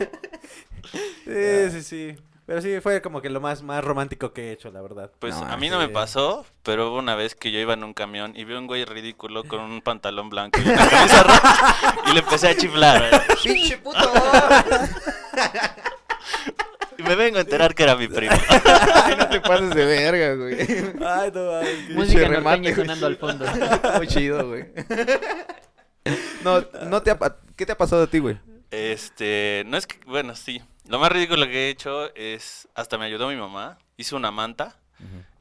sí, sí, sí. Pero sí, fue como que lo más, más romántico que he hecho, la verdad. Pues No, a mí no me sí. pasó, pero hubo una vez que yo iba en un camión y vi a un güey ridículo con un pantalón blanco y una camisa roja y le empecé a chiflar. ¡Pinche <laughs> puto! Y me vengo a enterar que era mi primo. Ay, no te pases de verga, güey. Ay, no, ay, qué- Pinche Música norteña remate, güey. sonando al fondo. <laughs> Muy chido, güey. No, no te ha pa- ¿qué te ha pasado a ti, güey? Este, no es que, bueno, sí. Lo más ridículo que he hecho es, hasta me ayudó mi mamá, hizo una manta.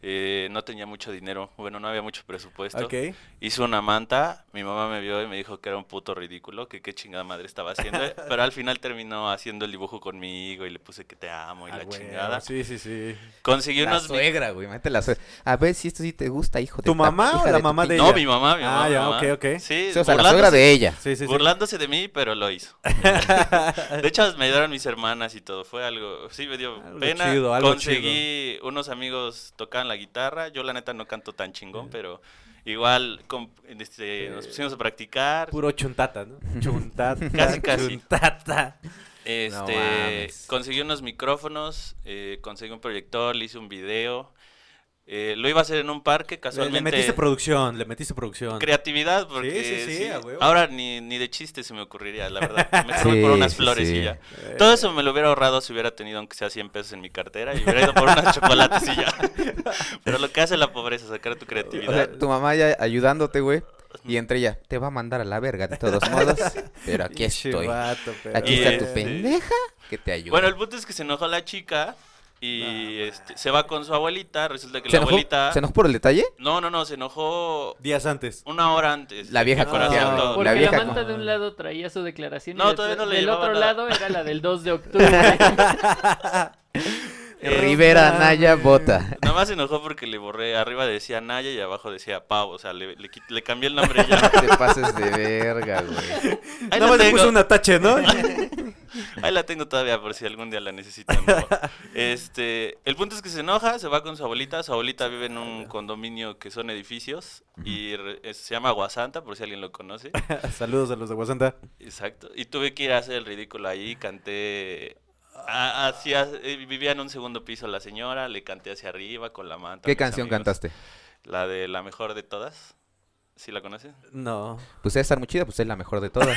eh, no tenía mucho dinero, bueno, no había mucho presupuesto. Ok. Hizo una manta, mi mamá me vio y me dijo que era un puto ridículo, que qué chingada madre estaba <laughs> haciendo, pero al final terminó haciendo el dibujo conmigo y le puse que te amo y Ah, la güey, chingada. Sí, sí, sí. Conseguí la unos... vi- suegra, güey. Métete la suegra. A ver si esto sí te gusta, hijo de ¿Tu ta- mamá hija o la tu mamá pin- de No, ella. mi mamá, mi Ah, mamá. mi ya, mamá. ok, ok. Sí, Sí, o sea, la suegra burlándose- de ella. Sí, sí, sí. <laughs> burlándose de mí, pero lo hizo. De hecho, me ayudaron mis hermanas y todo. Fue algo, sí, me dio Algo pena. chido, algo Conseguí unos amigos tocaban la guitarra. Yo la neta no canto tan chingón, pero igual com- este, nos pusimos a practicar. Puro chuntata, <laughs> ¿no? Chuntata. Casi, casi. Chuntata. Este, mames. conseguí unos micrófonos, eh, conseguí un proyector, le hice un video. Eh, lo iba a hacer en un parque, Le, casualmente. le metiste producción, le metiste producción. Creatividad, porque Sí, sí, sí, sí, a huevo. ahora ni, ni de chiste se me ocurriría, la verdad. <laughs> Me fui Sí, por unas sí, flores sí. Eh. y ya. Eh, Todo eso me lo hubiera ahorrado si hubiera tenido, aunque sea 100 pesos en mi cartera, y hubiera ido por unas chocolates y <laughs> ya. Pero lo que hace la pobreza, sacar tu O sea, creatividad. tu mamá ya ayudándote, güey. Y entre ella, te va a mandar a la verga de todos modos. Pero aquí Pinche estoy. vato, pero- Aquí Y está tu este- pendeja que te ayuda. Bueno, el punto es que se enojó la chica y este, se va con su abuelita. Resulta que ¿Se la enojó? abuelita. ¿Se enojó por el detalle? No, no, no, se enojó Días antes. una hora antes. La de vieja que fuera a hacer confiaba. todo. Porque La la, vieja manta con- de un lado traía su declaración y No, de- todavía no le del llevaba otro nada. lado era la del <laughs> 2 de octubre. Eh, Rivera mames. Naya Bota. Nada más se enojó porque le borré. Arriba decía Naya y abajo decía Pau. O sea, le, le, quit- le cambié el nombre <laughs> y ya. Te pases de verga, güey. Nada Ahí, la más le tengo, puso un atache, <laughs> ¿no? ahí la tengo todavía por si algún día la necesitan. <laughs> ¿no? Este, el punto es que se enoja, se va con su abuelita. Su abuelita vive en un condominio que son edificios y re- es- se llama Guasanta, por si alguien <laughs> lo conoce. Saludos a los de Guasanta. Exacto. Y tuve que ir a hacer el ridículo ahí, canté... a- hacia- eh, vivía en un segundo piso la señora, le canté hacia arriba con la manta. a ¿Qué mis canción amigos. cantaste? La de la mejor de todas. ¿Sí la conoces? No. Pues debe estar muy chida, pues es la mejor de <laughs> todas.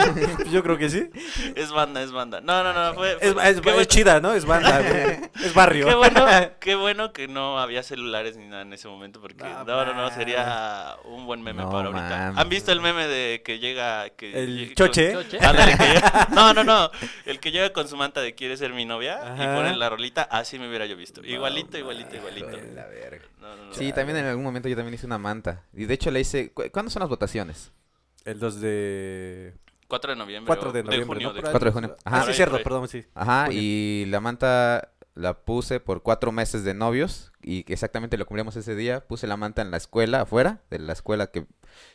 <laughs> Yo creo que sí. Es banda, es banda. No, no, no, fue... fue- Es, es- qué, es bueno, chida, ¿no? Es banda. güey. Es barrio. qué <laughs> bueno, qué bueno que no había celulares ni nada en ese momento, porque No no, no, no, mames. sería un buen meme No para ahorita. mames. ¿Han visto el meme de que llega... Que El lle- choche. Choche. <laughs> Ándale, que <laughs> llega- No, no, no. El que llega con su manta de quiere ser mi novia Ajá. y pone la rolita, así me hubiera yo visto. Igualito, igualito, igualito. verga. No, no, no. Sí, también en algún momento yo también hice una manta. Y de hecho le hice. ¿cu- ¿Cuándo son las votaciones? <laughs> El 2 de... 4 de noviembre. 4 de o- noviembre. junio, ¿no? de Por ahí. 4 de junio. Ah, Ajá. sí, es cierto, perdón, sí. Ajá, Junio. y la manta la puse por cuatro meses de novios. Y que exactamente lo cumplimos ese día. Puse la manta en la escuela, afuera de la escuela que.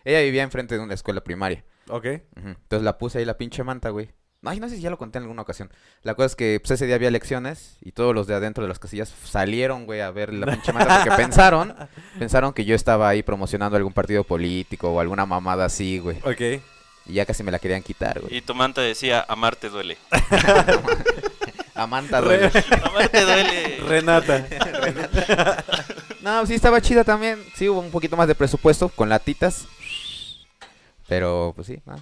Ella vivía enfrente de una escuela primaria. Ok. Ujú. Entonces la puse ahí la pinche manta, güey. Ay, no sé si ya lo conté en alguna ocasión. La cosa es que pues, ese día había elecciones y todos los de adentro de las casillas salieron, güey, a ver la pinche manta porque pensaron, pensaron que yo estaba ahí promocionando algún partido político o alguna mamada así, güey. Ok. Y ya casi me la querían quitar, güey. Y tu manta decía, amarte duele. <laughs> Amanta duele. amarte <laughs> duele. Renata. No, sí estaba chida también. Sí hubo un poquito más de presupuesto con latitas. Pero pues sí, no.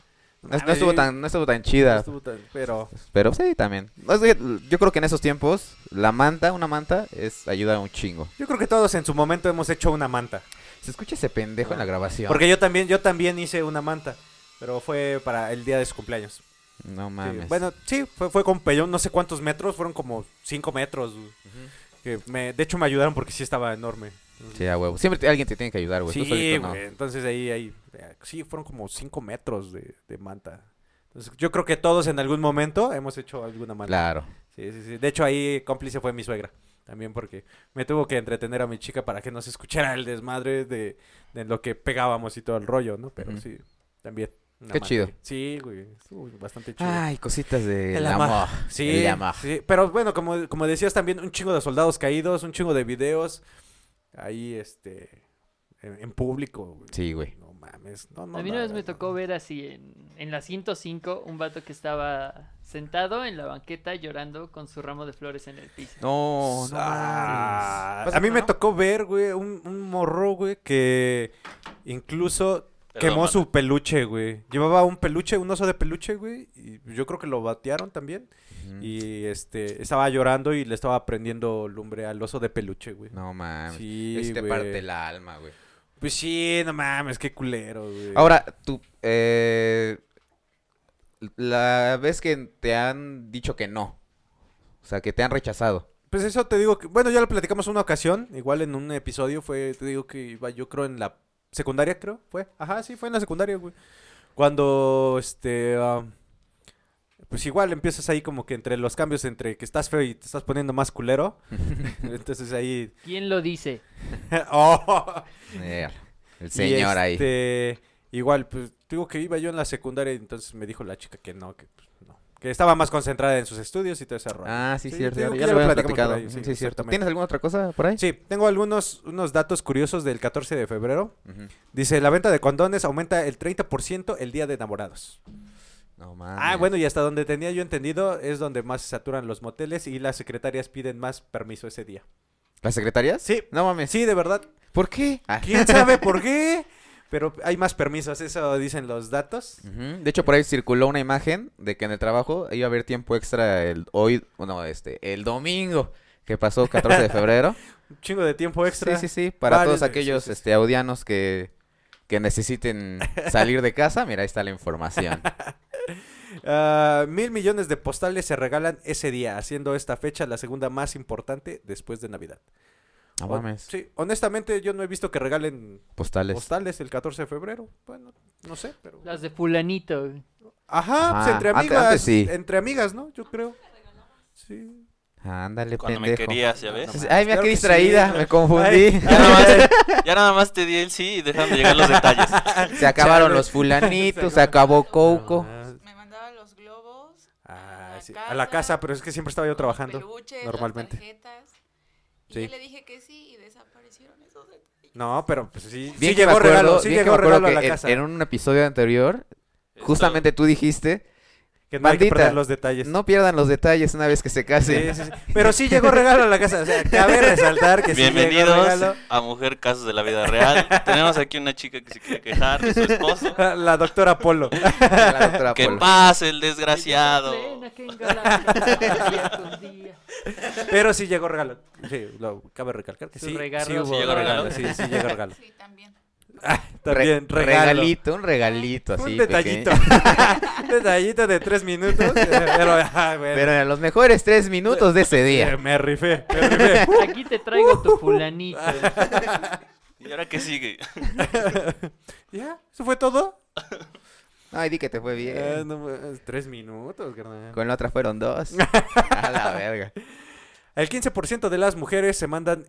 No, no estuvo tan, no estuvo tan <laughs> chida. Pero Pero sí, también. No, es que yo creo que en esos tiempos, la manta, una manta, es ayuda un chingo. yo creo que todos en su momento hemos hecho una manta. Se escucha ese pendejo en la grabación. Porque yo también, yo también hice una manta. Pero fue para el día de su cumpleaños. Sí, No mames. bueno, sí, fue, fue con pelón, no sé cuántos metros, fueron como 5 metros. güey. que me, de hecho, me ayudaron porque sí estaba enorme. Sí, a huevo. Siempre te- alguien te tiene que ayudar, güey. Tú Sí, solito no. güey, Entonces ahí, ahí, eh, sí, fueron como 5 metros de, de manta. Entonces, yo creo que todos en algún momento hemos hecho alguna manta. Claro. Sí, sí, sí. De hecho, ahí cómplice fue mi suegra. También porque me tuvo que entretener a mi chica para que no se escuchara el desmadre de, de lo que pegábamos y todo el rollo, ¿no? Pero Ujú. sí, también. una Qué madre. chido. Sí, güey. Estuvo bastante chido. Ay, cositas de El la amor. amor. sí, El amor. sí. Pero bueno, como, como decías también, un chingo de soldados caídos, un chingo de videos. Ahí, este. En, en público, güey. Sí, güey. No mames. No, no, a mí la una vez me verdad, no. tocó ver así en, en la 105 un vato que estaba sentado en la banqueta llorando con su ramo de flores en el piso. No, no Ah, mames. a mí Pásatelo, me ¿no? tocó ver, güey, un, un morro, güey, que incluso Perdón, quemó manda. su peluche, güey. Llevaba un peluche, un oso de peluche, güey, y yo creo que lo batearon también. Ujú. Y este, estaba llorando y le estaba prendiendo lumbre al oso de peluche, güey. No mames. Sí, Este güey. parte la alma, güey. Pues sí, no mames, qué culero, güey. Ahora, tú, eh, la vez que te han dicho que no, o sea, que te han rechazado. Pues eso te digo que, bueno, ya lo platicamos una ocasión, igual en un episodio fue, te digo que iba yo creo en la secundaria, creo, fue. Ajá, sí, fue en la secundaria, güey. Cuando, este, ah, pues igual empiezas ahí como que entre los cambios, entre que estás feo y te estás poniendo <laughs> más culero. entonces ahí... <laughs> ¿Quién lo dice? oh, Eh, el y señor ahí. este, Igual, pues te digo que iba yo en la secundaria y entonces me dijo la chica que no, que pues, no. Que estaba más concentrada en sus estudios y todo ese rollo. Ah, sí, Sí, cierto. te digo Ya, que ya lo ya lo habíamos platicamos por platicado. ahí, sí, sí, cierto. exactamente. ¿Tienes alguna otra cosa por ahí? Sí, tengo algunos unos datos curiosos del 14 de febrero. Ujú. Dice, la venta de condones aumenta el 30% el día de enamorados. No mames. Ah, bueno, y hasta donde tenía yo entendido es donde más se saturan los moteles y las secretarias piden más permiso ese día. ¿Las secretarias? Sí. No mames. Sí, <laughs> de verdad. ¿Por qué? Ah. ¿Quién sabe por qué? Pero hay más permisos, eso dicen los datos. Ujú. De hecho, por ahí circuló una imagen de que en el trabajo iba a haber tiempo extra el hoy, no, este, el domingo que pasó 14 <laughs> de febrero. Un chingo de tiempo extra. Sí, sí, sí. Para Varios todos de- aquellos este, audianos que, que necesiten salir de casa, mira, ahí está la <laughs> información. Ah, mil millones de postales se regalan ese día, haciendo esta fecha la segunda más importante después de Navidad. No Hon- mames. Sí, honestamente yo no he visto que regalen Postales. postales el 14 de febrero. Bueno, no sé, pero... Las de fulanito. Ajá, pues, Ajá, entre ante- amigas. antes sí. Entre amigas, ¿no? Yo creo. Sí. Ándale, Cuando me pendejo. querías, ya ves. Sí, Ay, mira Claro qué que sí, distraída, claro. me confundí. Ya nada, más, ya nada más te di el sí y dejan de llegar los detalles. <laughs> Se acabaron Chale. los <laughs> fulanitos, se acabó Coco. Ah, pues, Me mandaban los globos, ah, A la sí, A la casa, casa, pero es que siempre estaba yo trabajando. los peluches, normalmente. las tarjetas. Y Sí. yo le dije que sí y desaparecieron esos detalles. No, pero pues sí. Bien sí que me llegó acuerdo- regalo, sí bien que llegó me acuerdo regalo a la que en- casa. En, un episodio anterior, <laughs> Esto- justamente tú dijiste, Que no hay que Bandita, perder los detalles. no pues, pierdan los detalles una vez que se Sí, casen. sí, sí. Pero sí llegó regalo a la casa. O sea, cabe resaltar que sí llegó regalo. Bienvenidos a Mujer Casos de la Vida <laughs> Real. Tenemos aquí una chica que se quiere quejar de su esposo. La doctora Polo. <laughs> La <laughs> Ah, doctora Que Polo. pase el desgraciado. Plena, que engalana, día con día. Pero sí llegó regalo. Sí, lo cabe recalcar que Su sí. regalo. sí, hubo Sí llegó regalo. Sí, sí <laughs> llegó regalo. Ah, Sí, también. También Re- regalo. Regalito, un regalito así. un pequeño. <laughs> detallito. un detallito de tres minutos. eh, Pero, ah, bueno, Pero en los mejores tres minutos de ese eh, <laughs> día. me rifé, me <laughs> rifé. Aquí te traigo Uh. tu <laughs> fulanito. ¿Y ahora qué sigue? ¿Ya? ¿Eso fue todo? Ay, di que te fue Eh, bien. no, eh, tres minutos, carnal. Con la otra fueron <laughs> dos. A la verga. El 15% de las mujeres se mandan,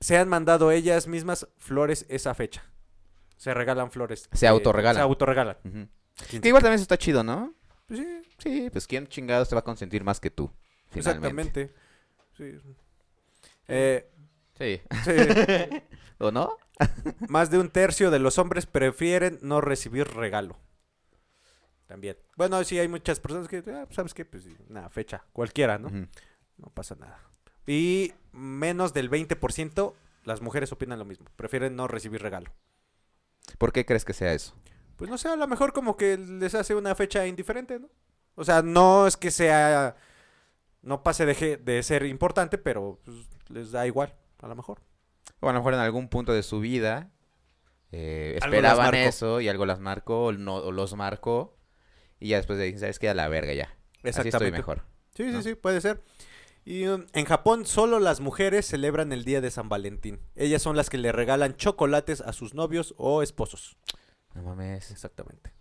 se han mandado ellas mismas flores esa fecha. Se regalan flores. Se Eh, autorregalan. Se autorregalan. Ujú. Que 15. igual también eso está chido, ¿no? Pues sí, Sí, pues quién chingados te va a consentir más que tú. Finalmente. exactamente. Sí. Eh, Sí. <laughs> sí. ¿O no? Más de un tercio de los hombres prefieren no recibir regalo. También. Bueno, sí, hay muchas personas que, ah, ¿sabes qué? Pues nada, fecha, cualquiera, ¿no? Ujú. No pasa nada. Y menos del 20% las mujeres opinan lo mismo. Prefieren no recibir regalo. ¿Por qué crees que sea eso? Pues no sé, a lo mejor como que les hace una fecha indiferente, ¿no? O sea, no es que sea. No pase de, je- de ser importante, pero pues, les da igual, a lo mejor. O a lo mejor en algún punto de su vida eh, Algo las esperaban marcó. eso y algo las marcó o, no, o los marcó. Y ya después de ahí, ¿sabes qué? A la verga ya. Así estoy Exactamente. mejor. Sí, ¿no? sí, sí, puede ser. Y um, en Japón solo las mujeres celebran el día de San Valentín. Ellas son las que le regalan chocolates a sus novios o esposos. No mames. Exactamente.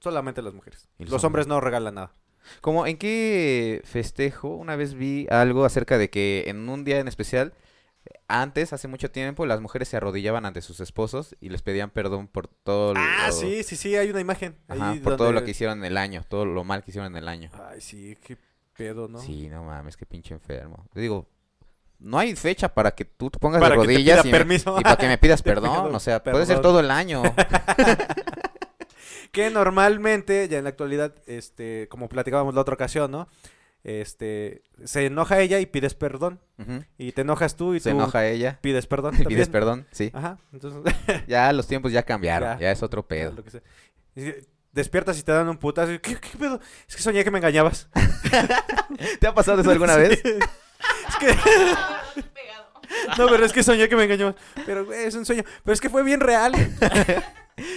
Solamente las mujeres. ¿Y los Los hombres no regalan nada. Como en qué festejo una vez vi algo acerca de que en un día en especial, antes, hace mucho tiempo, las mujeres se arrodillaban ante sus esposos y les pedían perdón por todo lo- Ah, sí, sí, sí, hay una imagen. Ajá, ahí por todo lo donde- que hicieron en el año, todo lo mal que hicieron en el año. Ay, sí, qué pedo, ¿no? Sí, no mames, qué pinche enfermo. Te digo, no hay fecha para que tú te pongas Para de que te pida rodillas y, me- permiso. y para que me pidas <laughs> Te perdón. pido O sea, puede ser perdón. todo el <laughs> año. Que normalmente, ya en la actualidad, este, como platicábamos la otra ocasión, ¿no? Este, se enoja ella y pides perdón. Ujú. Y te enojas tú y Se tú enoja ella. pides <laughs> perdón. Y pides también. perdón, <laughs> sí. Ajá, entonces... Ya los tiempos ya cambiaron, Ya. ya es otro pedo. lo <laughs> que sea. Y si- Despiertas y te dan un putazo. y, ¿Qué, qué pedo? Es que soñé que me engañabas. ¿Te ha pasado eso <laughs> alguna <laughs> vez? Pegado. No, pero es que soñé que me engañabas. Pero güey, es un sueño. Pero es que fue bien real.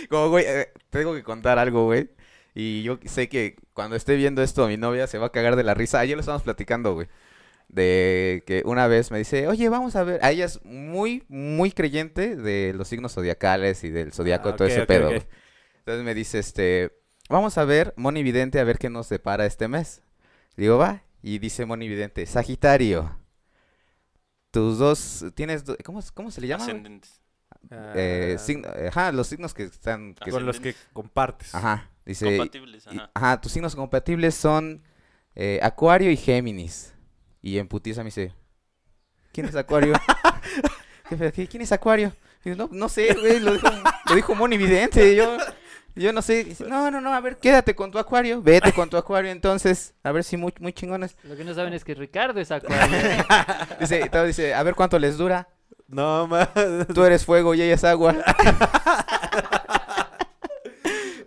Como, güey, eh, tengo que contar algo, güey. Y yo sé que cuando esté viendo esto, mi novia se va a cagar de la risa. Ayer lo estábamos platicando, güey. De que una vez me dice, oye, vamos a ver. A ella es muy, muy creyente de los signos zodiacales y del zodiaco, Ah, todo ok, ese ok, pedo, ok. güey. Entonces me dice, este, vamos a ver, Moni Vidente, a ver qué nos depara este mes. Le digo, va. Y dice Moni Vidente, Sagitario. Tus dos, tienes, do- ¿cómo, es- ¿cómo se le llama? güey? Ascendentes. Eh, Ah, signo- ajá, los signos que están, que con los que compartes. Ajá, dice. Compatibles, y- ajá. ajá, tus signos compatibles son eh, Acuario y Géminis. Y en putiza me dice, ¿quién es <laughs> Acuario? <laughs> ¿Qué pedo? ¿Qué- ¿Quién es Acuario? Y yo, no, no sé, güey, lo dijo, lo dijo Moni Vidente, yo, yo no sé. Dice, no, no, no, a ver, quédate con tu Acuario, vete con tu Acuario entonces, a ver si muy, muy chingones. Lo que no saben es que Ricardo es acuario. Dice, y todo dice, a ver cuánto les dura, No, más. tú eres fuego y ella es <laughs> agua.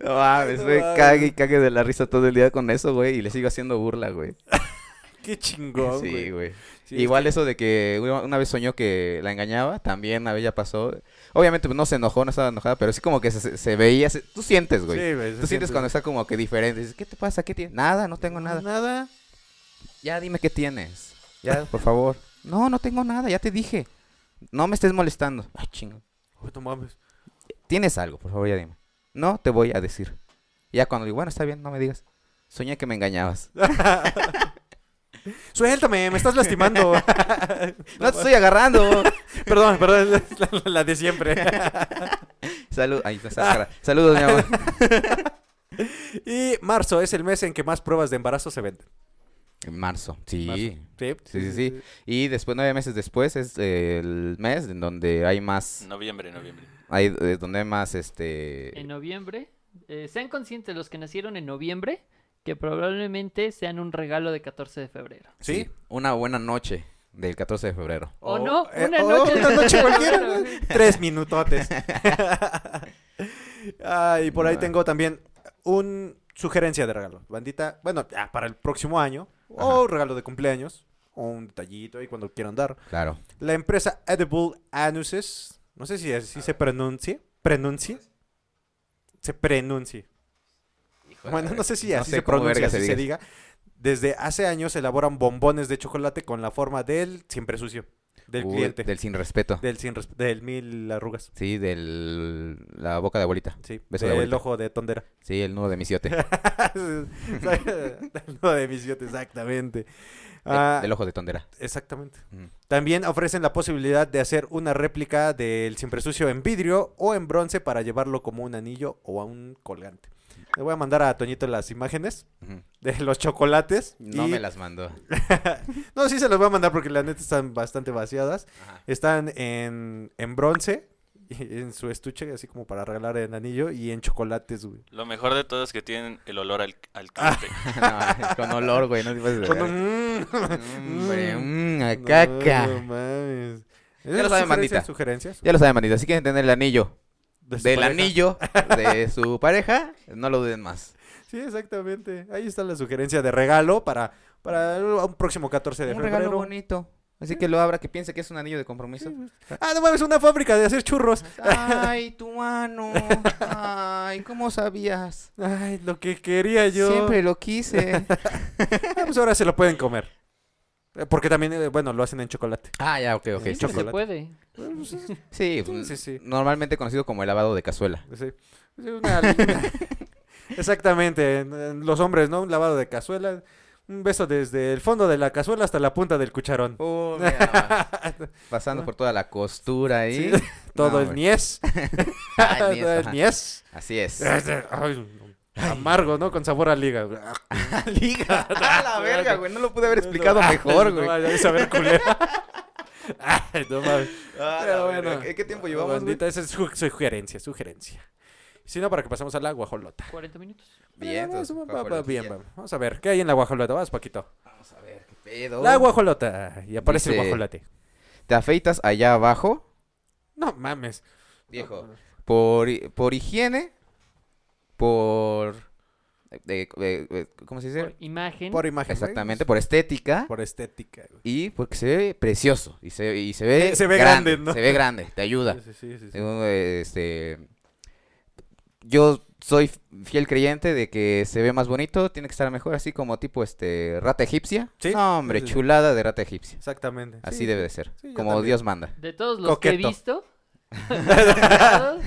No mames, No güey, mames. cague y cague de la risa todo el día con eso, güey, y le sigo haciendo burla, güey. <laughs> Qué chingón, Sí, güey. güey. Sí, Igual eso de que una una vez soñó que la engañaba, también una vez ya pasó. Obviamente pues, no se enojó, no estaba enojada, pero sí como que se, se veía, se- tú sientes, güey. Sí, güey, se tú sientes siente- cuando está como que diferente, dices, ¿qué te pasa? ¿Qué tienes? Nada, no tengo nada. Nada. Ya dime qué tienes. Ya, por favor. No, no tengo nada, ya te dije. No me estés molestando. "Ah, Ay, chingo. Uy, no mames. <laughs> ¿Tienes algo? Por favor, ya dime. No te voy a decir. Ya cuando digo, bueno, está bien, no me digas. Soñé que me <laughs> engañabas. Suéltame, me estás lastimando. <laughs> No te estoy agarrando. <laughs> perdón, perdón, <laughs> es la, la de siempre. Salud. Ay, esa <laughs> cara. Saludos, mi amor. y marzo es el mes en que más pruebas de embarazo se venden. En marzo, sí. Marzo. Sí, Sí, sí, sí. Y después, nueve meses después, es eh, el mes en donde hay más, Noviembre, noviembre. hay, eh, donde hay más, este... En noviembre, eh, sean conscientes los que nacieron en noviembre que probablemente sean un regalo de 14 de febrero. ¿Sí? Una buena noche del 14 de febrero. O no, eh, una o noche una de- noche <laughs> cualquiera. Claro. güey. Tres <laughs> minutotes. Ah, y por ahí Bueno. tengo también un sugerencia de regalo. Bandita, bueno, ya para el próximo año. O regalo de cumpleaños. O un detallito ahí cuando quieran dar. Claro. La empresa Edible Anuses. No sé si así se pronuncie. ¿Prenuncie? Se prenuncie. Bueno, no sé si así se cómo pronuncia, verga así se diga. diga. Desde hace años elaboran bombones de chocolate con la forma del siempre sucio, del Uy, cliente, del, Del sin respeto. sin resp- del mil arrugas. Sí, del... La boca de abuelita. Sí, Beso de del abuelita. ojo <laughs> de tondera. <laughs> Sí, el nudo de misiote. <laughs> no, de misiote, exactamente. Ah, El, del ojo de tondera. exactamente. Ujú. También ofrecen la posibilidad de hacer una réplica del siempre sucio en vidrio o en bronce para llevarlo como un anillo o a un colgante. Le voy a mandar a Toñito las imágenes Ujú. de los chocolates. No y- me las mandó. No, sí se los voy a mandar porque la neta están bastante vaciadas. Ajá. Están en, en bronce en su estuche, así como para regalar el anillo, y en chocolates, güey. Lo mejor de todo es que tienen el olor al, al Ah, <laughs> No, cliente. con olor, güey, no te pases de Con verga. <laughs> un- Mm, güey, Mm. mm, a No, caca. No, mames. lo saben, bandita. ¿Sugerencias? ¿Sugerencias? Ya lo saben, manito. Si quieren tener el anillo De su del pareja. <laughs> anillo de su pareja, no lo duden más. Sí, exactamente. Ahí está la sugerencia de regalo para, para un próximo 14 de Un febrero. regalo bonito. Así que lo abra, que piense que es un anillo de compromiso. Ah, no mames, una fábrica de hacer churros. <laughs> Ay, tu mano. Ay, ¿cómo sabías? Ay, lo que quería yo. Siempre lo <laughs> quise. Ah, pues ahora se lo pueden comer. Eh, Porque también, eh, bueno, lo hacen en chocolate. Ah, ya, ok, ok. Sí, Sí, Sí, sí se chocolate. puede. sí, pues, Sí, sí, sí. normalmente conocido como el lavado de cazuela. Sí. <laughs> Sí, una- una- Exactamente. en- en Los hombres, ¿no? Un lavado de cazuela. Un beso desde el fondo de la cazuela hasta la punta del cucharón. <laughs> Oh, mira nada más. Pasando por toda la costura ahí. Sí, <laughs> <laughs> Todo No, el güey. <laughs> niés. Ah, el niés, Todo el ajá. niés. Así <laughs> es. Ay, Amargo, ¿no? Con sabor a liga. Liga. <laughs> A la verga, güey. No lo pude haber explicado No, mejor, Ah, no, güey. vaya a saber culero. Ay, no mames. Ah, Pero la bueno. verga. ¿Qué- ¿Qué tiempo llevamos, güey? Bandita, esa es su- sugerencia, sugerencia. Si no, para que pasemos a la guajolota. 40 minutos. Bien, Vamos, entonces, va- va- guajolotilla. bien, va. Vamos a ver, ¿qué hay en la guajolota? Vas, Paquito. Vamos a ver, qué pedo. La guajolota. Y aparece el Dice- guajolote. ¿Te afeitas allá abajo, No mames. viejo? Por, hi- por higiene, por... de- de- de- ¿Cómo se Por dice? imagen. Por imagen. güey. Exactamente, por estética Por estética. güey. y porque se ve precioso y se, y se ve, Eh, <laughs> se ve grande, ¿no? Se ve grande, te ayuda. Sí, sí, sí, sí. Según, eh, este, yo soy fiel creyente de que se ve más bonito, tiene que estar mejor, así como tipo este rata egipcia. Sí, No, hombre, sí, sí, sí. chulada de rata egipcia. Exactamente. Así sí. <laughs> debe de ser, Sí, yo como también. Dios manda. De todos los que Coqueto. he visto. todos,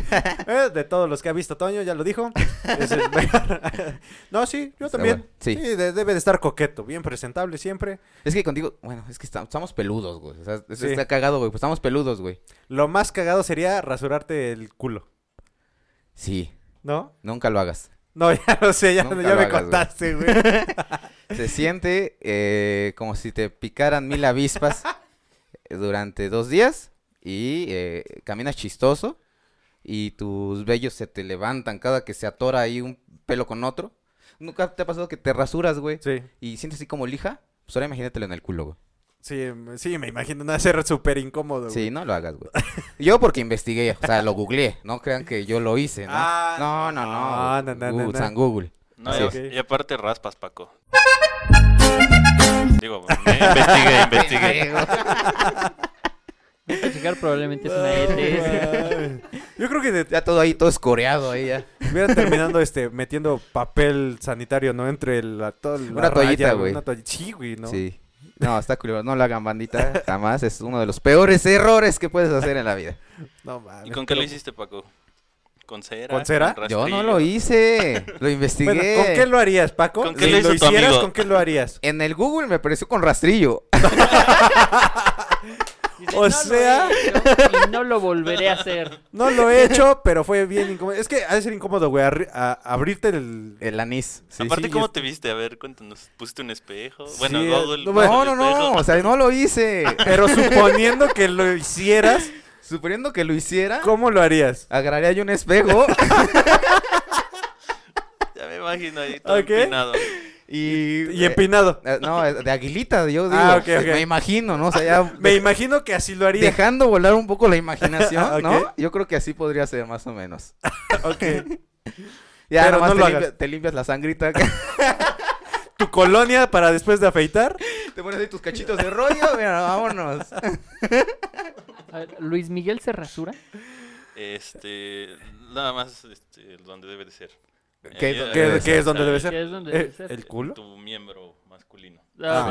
Eh, de todos los que ha visto Toño, ya lo dijo. Es el mejor. <laughs> no, sí, yo Está también. bueno, sí. de- debe de estar coqueto, bien presentable siempre. Es que contigo, bueno, es que está- estamos peludos, güey. O sea, eso Sí. está cagado, güey. Pues estamos peludos, güey. Lo más cagado sería rasurarte el culo, Sí, ¿no? nunca lo hagas. No, <laughs> ya lo sé, ya, Nunca ya lo me hagas, güey. <laughs> contaste, güey. Se siente eh, como si te picaran mil avispas durante dos días y eh, caminas chistoso y tus vellos se te levantan cada que se atora ahí un pelo con otro. ¿Nunca te ha pasado que te rasuras, güey? Sí, Y sientes así como lija. Pues ahora imagínatelo en el culo, güey. sí, me- sí, me imagino, no va a ser súper incómodo, güey. Sí, no lo hagas, güey. Yo porque investigué, o sea, lo googleé. No crean que yo lo hice, ¿no? Ah, no, no, no. güey. no, no, no, Google, no. San Google. No, Así y- es. y aparte raspas, Paco. Digo, me investigué, investigué. para checar, probablemente es No, una E ETS. güey. Yo creo que de- <laughs> Ya todo ahí, todo escoreado ahí ya. hubieran terminando este, metiendo papel sanitario, ¿no? Entre la, toda la Una toallita, güey. una toall- Sí, güey, ¿no? Sí. No, está culero. No lo hagan, bandita. Jamás. Es uno de los peores errores que puedes hacer en la vida. No, mames, ¿Y con qué lo <laughs> pero- hiciste, Paco? ¿Con cera? ¿Con cera? Yo no rastrillo? lo hice. Lo investigué. Bueno, ¿con qué lo harías, Paco? ¿Con qué Si lo hizo tu hicieras, amigo? ¿Con qué lo harías? En el Google me apareció con rastrillo. <laughs> Dice, O "No lo he sea- hecho y no lo volveré a hacer. <laughs> No lo he hecho, pero fue bien incómodo. Es que ha de ser incómodo, güey, arri- a- abrirte el... Ah, El anís. sí. Aparte, sí, ¿cómo es- te viste? A ver, cuéntanos. ¿Pusiste un espejo? Bueno, Sí, Google. no, puso No, el no, no. espejo. O sea, no lo <laughs> hice. Pero suponiendo que lo hicieras, Suponiendo que lo hiciera, ¿cómo lo harías? agarraría yo un <laughs> espejo Ya me imagino ahí todo Ok. empinado. y. Y empinado. Eh, No, de aguilita, yo digo. Ah, ok, ok. Me imagino, ¿no? O sea, ya. <laughs> Me imagino que así lo haría. Dejando volar un poco la <laughs> imaginación, Ok. ¿no? Yo creo que así podría ser más o menos. Ok. Ya, Pero nomás no te, lo limpia- hagas. te limpias la <laughs> sangrita, Tu colonia para después de afeitar. te pones ahí tus cachitos de rollo, mira, vámonos. A ver, Luis Miguel se rasura. Este. Nada más este, donde debe de ser. ¿Qué- Ahí- qué- ahí qué es donde está debe el- ser? Que es donde Eh, debe ser. ¿El culo? Tu miembro masculino. Ah,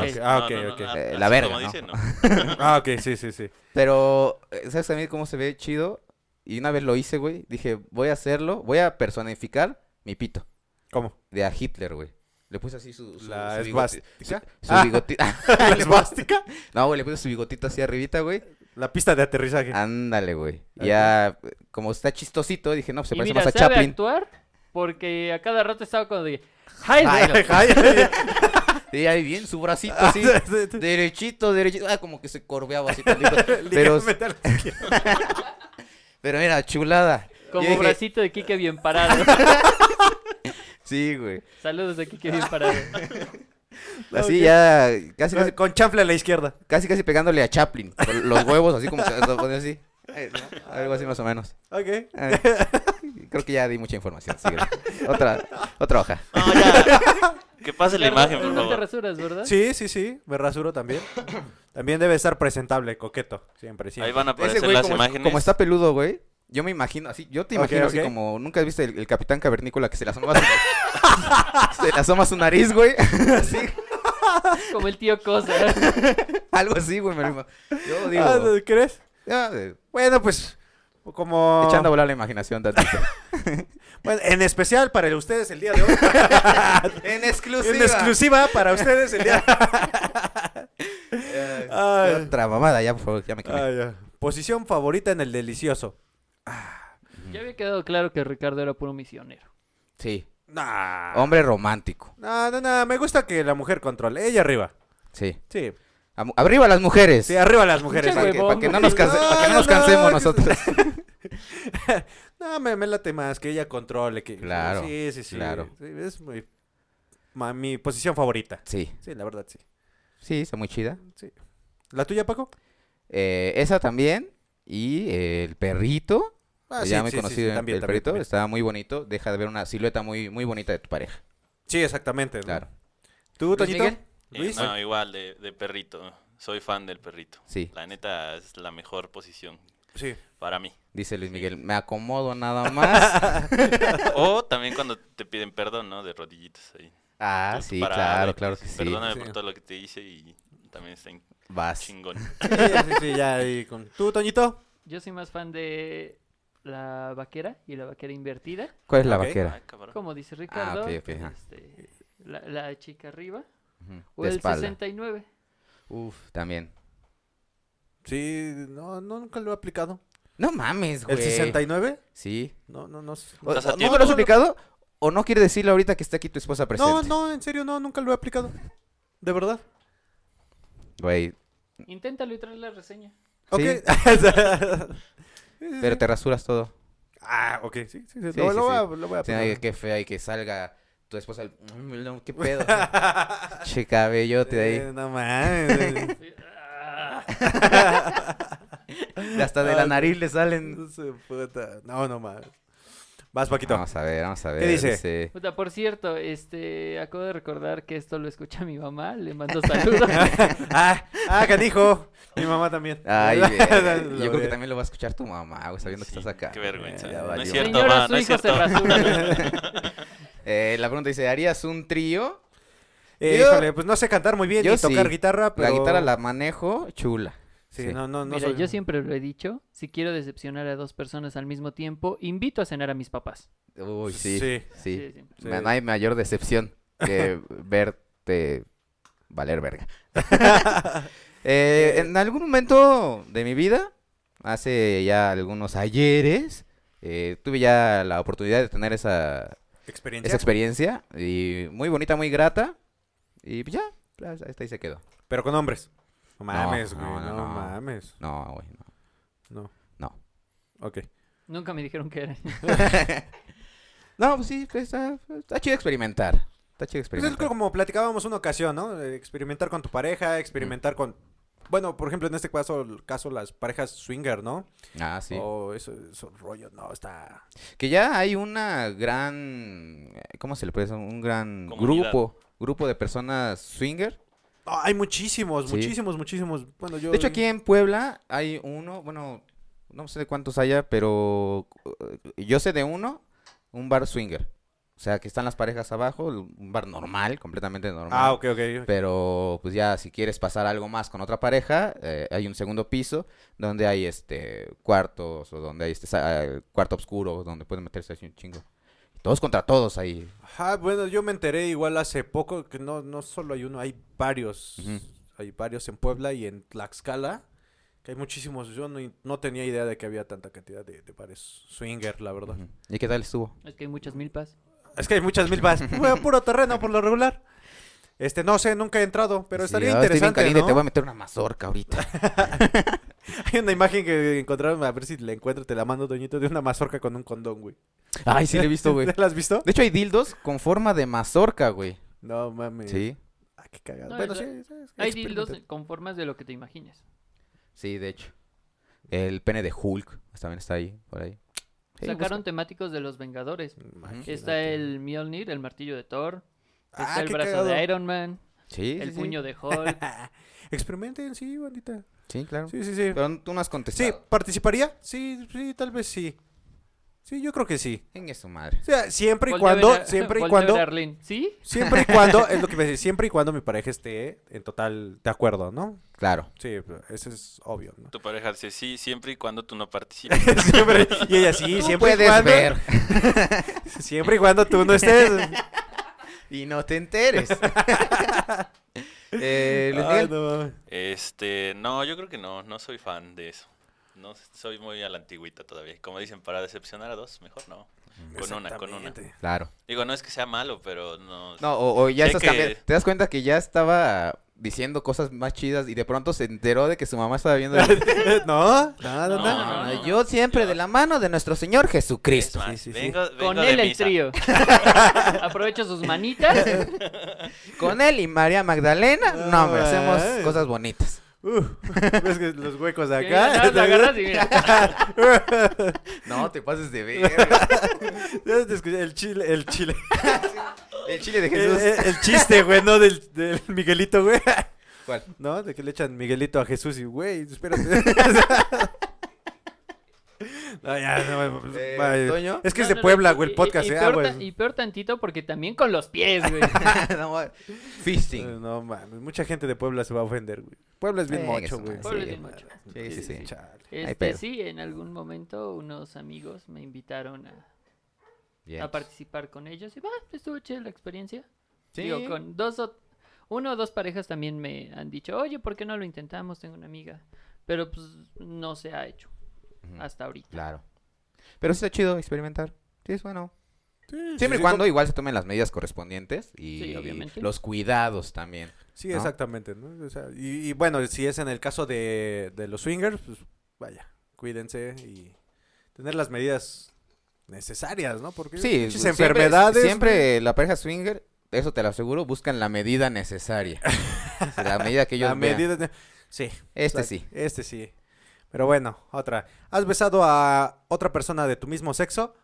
Ah, ok. ok, ah, ok, No, no, no, ok. a- Eh, así la verga, Como ¿no? <laughs> dice, no. Ah, ok, sí, sí, sí. Pero, eh, ¿sabes también cómo se ve chido? Y una vez lo hice, güey, dije, voy a hacerlo, voy a personificar mi pito ¿Cómo? de a Hitler, güey. Le puse así su, su, La su esvástica. Su, su Ah. <laughs> bigotita. <laughs> ¿La esvástica? No, güey, le puse su bigotito así arribita, güey. La pista de aterrizaje. Ándale, güey. Ok. Ya, eh, como está chistosito, dije, no, pues se Y parece mira, más a sabe Chaplin. actuar porque a cada rato estaba cuando dije, ¡Ay, Ay, <laughs> no". <laughs> Ay, ay, Sí, ahí bien, su bracito así. Ah, sí, <laughs> sí. <laughs> derechito, derechito. Ah, como que se corveaba así tantito. Pero Ligeramente a la izquierda. Pero mira, chulada. Yo Como dije, bracito de Kike bien parado. Sí, güey. Saludos de Kike bien parado. Así ya, casi Con, casi, con chanfle a la izquierda. casi casi pegándole a Chaplin. Con los huevos, así como que lo ponía así. Eh, ¿no? Algo así más o menos. Ok. Eh, Creo que ya di mucha información. síguele. Otra, otra hoja. No, ya. Que pase la Ricardo, imagen, por pero No te favor. rasuras, ¿verdad? Sí, sí, sí. Me <coughs> rasuro también. También debe estar presentable, coqueto. Siempre, siempre. Ahí van Ese a aparecer güey, las como, imágenes. como está peludo, güey. Yo me imagino así, yo te Ok, imagino así ok. como nunca viste el, el capitán cavernícola que se le asoma su, se le asoma su nariz, <laughs> güey. <laughs> Así, Como el tío Cosa. algo así, güey. me lo ima- Yo digo, Ah, ¿Crees? ya, eh, Bueno, pues. Como. echando a volar la imaginación <laughs> tantito. Bueno, en especial para ustedes el día <laughs> de hoy. en exclusiva. en exclusiva para ustedes el día. Ay, Ay. Eh, Otra mamada, ya, por favor, ya me quemé. Ah, ya. Posición favorita en el delicioso. Ya había quedado claro que Ricardo era puro misionero. Sí, Nah. hombre romántico. No, no, no. Me gusta que la mujer controle. Ella arriba. Sí. Sí. Am- Arriba las mujeres. Sí, arriba las mujeres. Pinche para, que, huevón, para que no nos canse- güey. para que no nos <laughs> No, no, cansemos que- nosotros. No, me, me late más, que ella controle. Que... Claro, Sí, sí, sí. claro. Sí, es muy- ma- mi posición favorita. Sí, Sí, la verdad, sí. sí, está muy chida. sí. ¿La tuya, Paco? Eh, esa también. Y eh, el perrito. Ah, ya me sí, sí, conocido sí, el también, también, perrito. también. Estaba muy bonito. Deja de ver una silueta muy, muy bonita de tu pareja. Sí, exactamente. ¿no? Claro. ¿Tú, Luis Toñito? Miguel. Eh, Luis. no, igual, de, de perrito. Soy fan del perrito. Sí. La neta es la mejor posición Sí. <laughs> para mí. Dice Luis Miguel, me acomodo nada <laughs> más. O también cuando te piden perdón, ¿no? De rodillitas ahí. ah, Tú sí, parado, claro, claro y que dices, sí. Perdóname Sí. por todo lo que te hice y también <laughs> está en Vas. chingón. Sí, sí, sí, ya. ahí con... ¿Tú, Toñito? Yo soy más fan de la vaquera y la vaquera invertida. ¿Cuál es la Ok. vaquera? Ay, cabrón. Como dice Ricardo. Ah, ok, ok, ajá. este, la, la chica arriba. Ujú, O De el espalda. 69. Uf, también. Sí, no, no, nunca lo he aplicado. No mames, güey. ¿El 69? Sí. No, no, no. O- Estás a o- ¿No tiempo. te lo has aplicado? ¿O no quiere decirle ahorita que está aquí tu esposa presente? No, no, en serio, no, nunca lo he aplicado. ¿De verdad? Güey, Inténtalo y trae la reseña. Ok. Sí. <laughs> pero te rasuras todo. Ah, ok, sí, sí, sí, lo, Sí, lo sí, voy a, sí. lo voy a Sí, poner. ay, qué fea y que salga tu esposa. el- Mm, no, ¿Qué <laughs> pedo? che cabellote Eh, de <laughs> no mames. <laughs> Ah, ahí. Hasta de la Ay, nariz le salen. Su puta. No, no mames. Vas, Paquito. Vamos a ver, vamos a ver. dice? puta, por cierto, este, acabo de recordar que esto lo escucha mi mamá. Le <laughs> mando saludos. <laughs> ah, ah, canijo. Mi mamá también. <laughs> Ay, Lo güey, yo creo que odié. también lo va a escuchar tu mamá, güey, sabiendo Sí, que estás acá. Qué vergüenza. Eh, ya no valió. es cierto, Señora, ma, su no es hijo se cierto. <laughs> rasura. Eh, la pregunta dice, ¿harías un trío? Eh, Yo- híjole, pues no sé cantar muy bien yo ni tocar sí. guitarra, pero. La guitarra la manejo chula. Sí, sí. no, no, no. Mira, soy- yo siempre lo he dicho. Si quiero decepcionar a dos personas al mismo tiempo, invito a cenar a mis papás. Uy, sí. Sí. Sí. Sí, sí. Sí. Ma- No hay mayor decepción <laughs> que verte valer verga. Eh, en algún momento de mi vida, hace ya algunos ayeres, eh, tuve ya la oportunidad de tener esa, Experiencia. esa experiencia. Y muy bonita, muy grata. Y ya, pues, hasta ahí se quedó. Pero con hombres. No mames, no, güey. No, no, no. mames. No, güey, no. No. No. Ok. Nunca me dijeron que <laughs> era. <laughs> No, pues sí, pues, está, está chido experimentar. Está chido Pues es experimentar. como platicábamos una ocasión, ¿no? Eh, Experimentar con tu pareja, experimentar con. Bueno, por ejemplo, en este caso, el caso las parejas swinger, ¿no? Ah, sí. O eso, esos rollos, no, está. Que ya hay una gran, eh, ¿cómo se le puede decir? Un gran Comunidad. grupo, grupo de personas swinger. No, hay muchísimos, Sí. muchísimos, muchísimos. Bueno, yo. De hecho, aquí en Puebla hay uno, bueno, no sé de cuántos haya, pero eh, yo sé de uno, un bar swinger. O sea, que están las parejas abajo, el- un bar normal, completamente normal. Ah, ok, ok. ok. Pero, pues ya, si quieres pasar algo más con otra pareja, eh, hay un segundo piso donde hay este cuartos o donde hay este sa- eh, cuarto oscuro donde pueden meterse así un chingo. Todos contra todos ahí. Ajá, bueno, yo me enteré igual hace poco que no, no solo hay uno, hay varios. Ujú. Hay varios en Puebla y en Tlaxcala. Que hay muchísimos. Yo no, no tenía idea de que había tanta cantidad de, de bares swinger, la verdad. Ujú. ¿Y qué tal estuvo? <laughs> Es que hay muchas milpas. Es que hay muchas milpas. <laughs> Bueno, puro terreno por lo regular. Este, no sé, nunca he entrado, pero Sí, estaría ah, estoy bien interesante, caliente, ¿no? Te voy a meter una mazorca ahorita. <laughs> Hay una imagen que encontraron, a ver si la encuentro, te la mando, Doñito, de una mazorca con un condón, güey. Ay, sí, lo he visto, <laughs> güey. ¿La has visto? De hecho, hay dildos con forma de mazorca, güey. No, mames. Sí. Ah, qué cagado. No, bueno, es sí, la- sí, sí, Hay experimenta. dildos con formas de lo que te imagines. Sí, de hecho. El pene de Hulk también está ahí, por ahí. Sí, Sacaron temáticos de los Vengadores. Imagínate. Está el Mjolnir, el martillo de Thor. Está Ah, el qué brazo cagado. de Iron Man. Sí, el sí, sí. <laughs> puño de Hulk. Experimenten, sí, bandita. Sí, claro. Sí, sí, sí. Pero tú no has Sí, contestado. ¿participaría? Sí, sí, tal vez sí. Sí, yo creo que sí. Sí. su madre. O sea, siempre y Voltea a cuando, ver a- siempre y voltea a ver cuando, a Arlene. ¿Sí? siempre y cuando, es lo <laughs> que me decía, siempre y cuando mi pareja esté en total de acuerdo, ¿no? Claro. Sí, eso es obvio, ¿no? <laughs> Tu pareja dice sí, siempre y cuando tú no <laughs> participes. <laughs> Siempre- y ella sí, Tú siempre y puedes cuando, <laughs> ver siempre y cuando tú <laughs> no estés. y no te <laughs> enteres. eh, Luis Ay, Miguel. no mames. Este, no, yo creo que no, no soy fan de eso. No s- soy muy a la antigüita todavía. Como dicen, para decepcionar a dos, mejor no. Con una, con una. Exactamente. Claro. Digo, no es que sea malo, pero no. No, o, o ya Sé estás que- cambiando. Te das cuenta que ya estaba diciendo cosas más chidas y de pronto se enteró de que su mamá estaba <laughs> viendo. el- No, no, no, no. No, no, no. Yo siempre de la mano de nuestro Señor es Jesucristo. más, sí, sí. vengo, vengo Con de él el <laughs> misa. trío. Aprovecho sus manitas. Con él y María Magdalena, No, no, hombre, hacemos man. cosas bonitas. Uf, <laughs> ves que los huecos de Que nada acá. más la agarras y mira. <laughs> <laughs> No, te pases de ver. Ya te escuché, El chile, el chile. El chile de <laughs> El, Jesús. el- el chiste, güey, no del, del Miguelito, güey. <laughs> ¿Cuál? <laughs> ¿No? De que le echan Miguelito a Jesús y, güey, espérate. <laughs> no, ya, no, pues, Eh, vaya. ¿Toño? Es que es No, de no, no, Puebla, y- güey, el y- podcast, y, eh, ah, peor güey. ta- y peor tantito porque también con los pies, <laughs> güey. No, ma- Eh, Fisting. No mames, mucha gente de Puebla se va a ofender, güey. Puebla es bien Eh, que mocho, su güey. madre, Puebla es bien madre. mocho. Sí, sí, sí. Chale. Este, pedo. sí, en algún momento unos amigos me invitaron a, Bien. a participar con ellos y va, estuvo chida la experiencia. Sí. Digo, con dos o, uno o dos parejas también me han dicho, oye, ¿por qué no lo intentamos? Tengo una amiga. Pero pues no se ha hecho Mm. Ujú. hasta ahorita. Claro. Pero sí está chido experimentar. Sí, es bueno. Sí, Siempre y sí, cuando igual se tomen las medidas correspondientes y Sí, obviamente obviamente. los cuidados también. Sí, ¿no? exactamente. ¿no? O sea, y, y bueno, si es en el caso de, de los swingers, pues vaya, cuídense y tener las medidas necesarias, ¿no? Porque Sí, Pues, muchas siempre- enfermedades. güey, Siempre la pareja swinger, eso te lo aseguro, buscan la medida <laughs> necesaria. la medida que ellos la vean. medida de- Sí. Este exacto, sí. Este sí. Pero bueno, otra. ¿Has besado a otra persona de tu mismo sexo?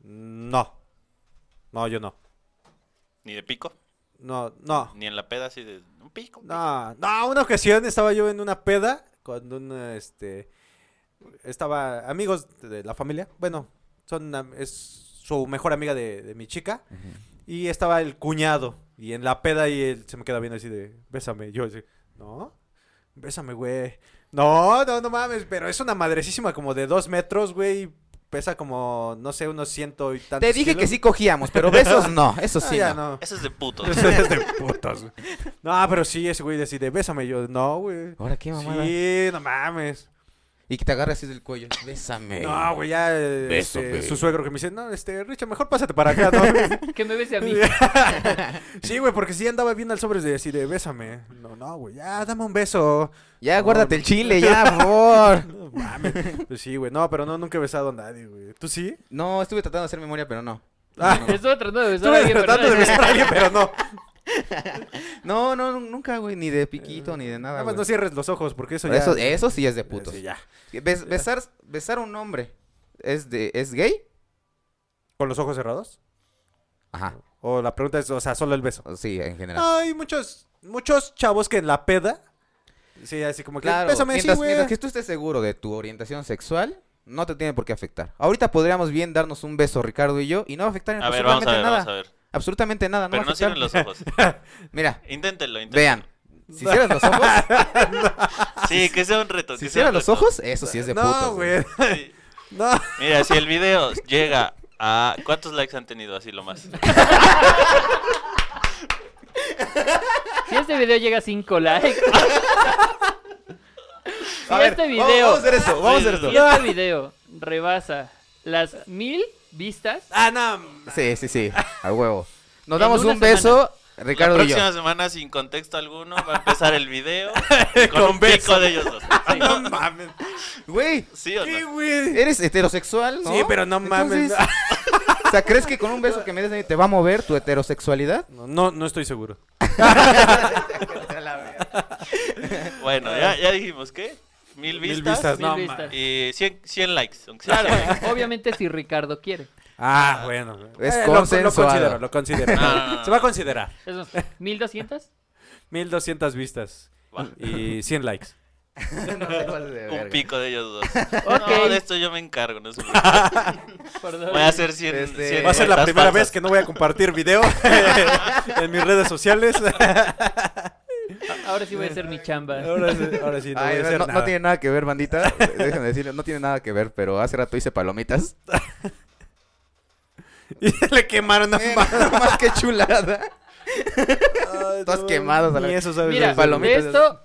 No. No, yo no. Ni de pico, No, no. ni en la peda así de un pico. un pico. No, no, una ocasión estaba yo en una peda cuando un este estaba amigos de la familia. Bueno, son am- es su mejor amiga de, de mi chica y estaba el cuñado y en la peda y él se me queda viendo así de, "Bésame." Yo así, "No. Bésame, güey." No, no, no mames, pero es una madrecísima como de dos metros, güey, y pesa como, no sé, unos ciento y tantos Te dije que kilos. sí cogíamos, pero besos no, eso Ah, sí. ya no. no. Eso es de puto. Eso es de putos, güey. No, pero sí, ese güey decide, bésame. Yo, no, güey. Ahora qué mamada. Sí, no mames. Y que te agarras así del cuello. Bésame. No, güey, ya eh, Beso, este, güey. su suegro que me dice, no, este, Richard, mejor pásate para acá, ¿no? <laughs> Que me bese a mí. sí, güey, porque sí andaba bien al sobre de así de, bésame. No, no, güey, ya, dame un beso. Ya No, guárdate no. el chile, ya, <laughs> por favor. No mames. Pues sí, güey, no, pero no, nunca he besado a nadie, güey. ¿Tú sí? No, estuve tratando de hacer memoria, pero no. Ah, Estuve tratando de besar <laughs> estuve a alguien, pero tratando de no- besar a alguien, pero no. No, no, nu- nunca, güey, ni de piquito, ni de nada. Nada más güey. no cierres los ojos, porque pues eso eso, ya... Eh, eso, sí es de putos. Sí, ya. Bes- besar, besar a un hombre es de es gay. ¿Con los ojos cerrados? Ajá. O la pregunta es, o sea, solo el beso. Sí, en general. No, hay muchos, muchos chavos que en la peda. Sí, así como que. claro. Pésame, mientras, sí, mientras güey. que tú estés seguro de tu orientación sexual, no te tiene por qué afectar. Ahorita podríamos bien darnos un beso Ricardo y yo y no va a afectar en A ver, vamos absolutamente a ver, nada. vamos a ver. Absolutamente nada, no Pero va a no afectar. cierren los <laughs> ojos. <laughs> Mira, Inténtenlo, inténtenlo. vean. Si <laughs> cierras los <laughs> ojos, Sí, que sea un reto. si que sea cierras un los reto. ojos, eso sí es de putos. No, güey. <laughs> Sí. <laughs> No. Mira, si el video llega a... ¿Cuántos likes han tenido? Así lo más. Si este video llega a 5 likes. si A ver, este vamos- video. Vamos a hacer esto, vamos a hacer esto. Si este video rebasa las mil vistas, Ah, no. Sí, sí, sí, a huevo. Nos En damos una un beso Ricardo la y yo. próxima semana, sin contexto alguno, va a empezar el video con, <laughs> Con un beso. pico de ellos dos. Sí, No mames. Güey, ¿Sí o ¿Qué, no? güey? eres heterosexual, ¿no? Sí, pero no mames. Entonces, <laughs> o sea, ¿crees que con un beso que me des ahí te va a mover tu heterosexualidad? No, no, no estoy seguro. Bueno, ya, ya dijimos, ¿qué? Mil vistas, vistas, Mil no, vistas. mames. y 100, likes. aunque sea. Claro, obviamente si Ricardo quiere. Ah, bueno. Es lo- lo, consensuado. considero, lo considero. No, no, no. Se va a considerar. Esos 1200 1200 vistas Va. y 100 likes. Un pico de ellos dos. <laughs> Ok. No, de esto yo me encargo. No se preocupen. por dos. Voy a hacer 100. Este, Va a ser la cuentas primera falsas. vez que no voy a compartir video <laughs> en mis <laughs> redes sociales. Ahora sí voy a hacer mi chamba. Ahora sí, ahora sí, no Ay, voy a no, hacer no- no nada. tiene nada que ver, bandita. Déjenme decirles, no tiene nada que ver, pero hace rato hice <laughs> palomitas. Y <laughs> le quemaron a Eh, nada más que chulada. Estás no, quemado, ni Salvador. eso sabes Mira, hacer. ¿Eh? palomitas. de esto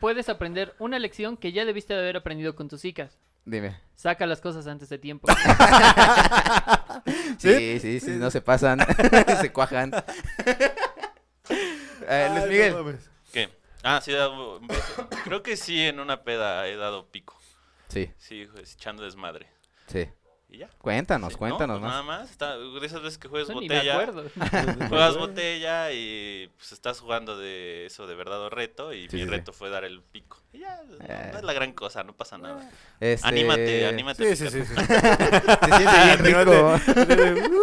puedes aprender una lección que ya debiste de haber aprendido con tus hijas. Dime. Saca las cosas antes de <laughs> tiempo. Pues, Sí, sí, sí, no se pasan, <laughs> se cuajan. Eh, Luis Ay, Miguel, no mames. ¿Qué? Ah, sí, he dado un beso. Creo que sí, en una peda he dado pico. sí, Sí, pues, echando desmadre. sí. Y ya. Cuéntanos, Sí, cuéntanos, no, pues ¿no? Nada más. está- de esas veces que juegas Eso <laughs> ni me botella. acuerdo. Juegas botella y pues estás jugando de eso de verdad o reto. Y Sí, mi sí, sí. reto fue dar el pico. Y ya, no, Eh. no es la gran cosa, no pasa nada. Este, <laughs> Anímate, anímate. Sí, sí, sí. <laughs> sí. Se <laughs> siente bien rico.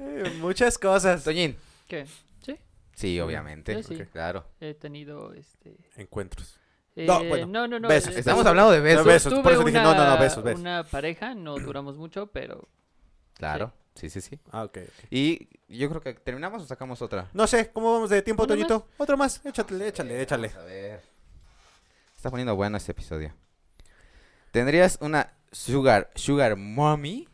Eh, Muchas cosas. Toñín. ¿Qué? Sí, Sí, obviamente. Yo sí. Ok, Claro. he tenido este Encuentros. eh, No, bueno, no, no, no, besos. eh, Estamos hablando de tu- besos. besos, tuve por eso dije, no, no, no, una- besos, besos. Una pareja, no duramos mucho, pero Claro. Sí, sí, sí. Ah, ok. Y yo creo que terminamos o sacamos otra. No sé, ¿cómo vamos de tiempo, ¿Uno Toñito? Otro más. Échale, échale, échale. A ver. Está poniendo bueno este episodio. ¿Tendrías una sugar, sugar mommy?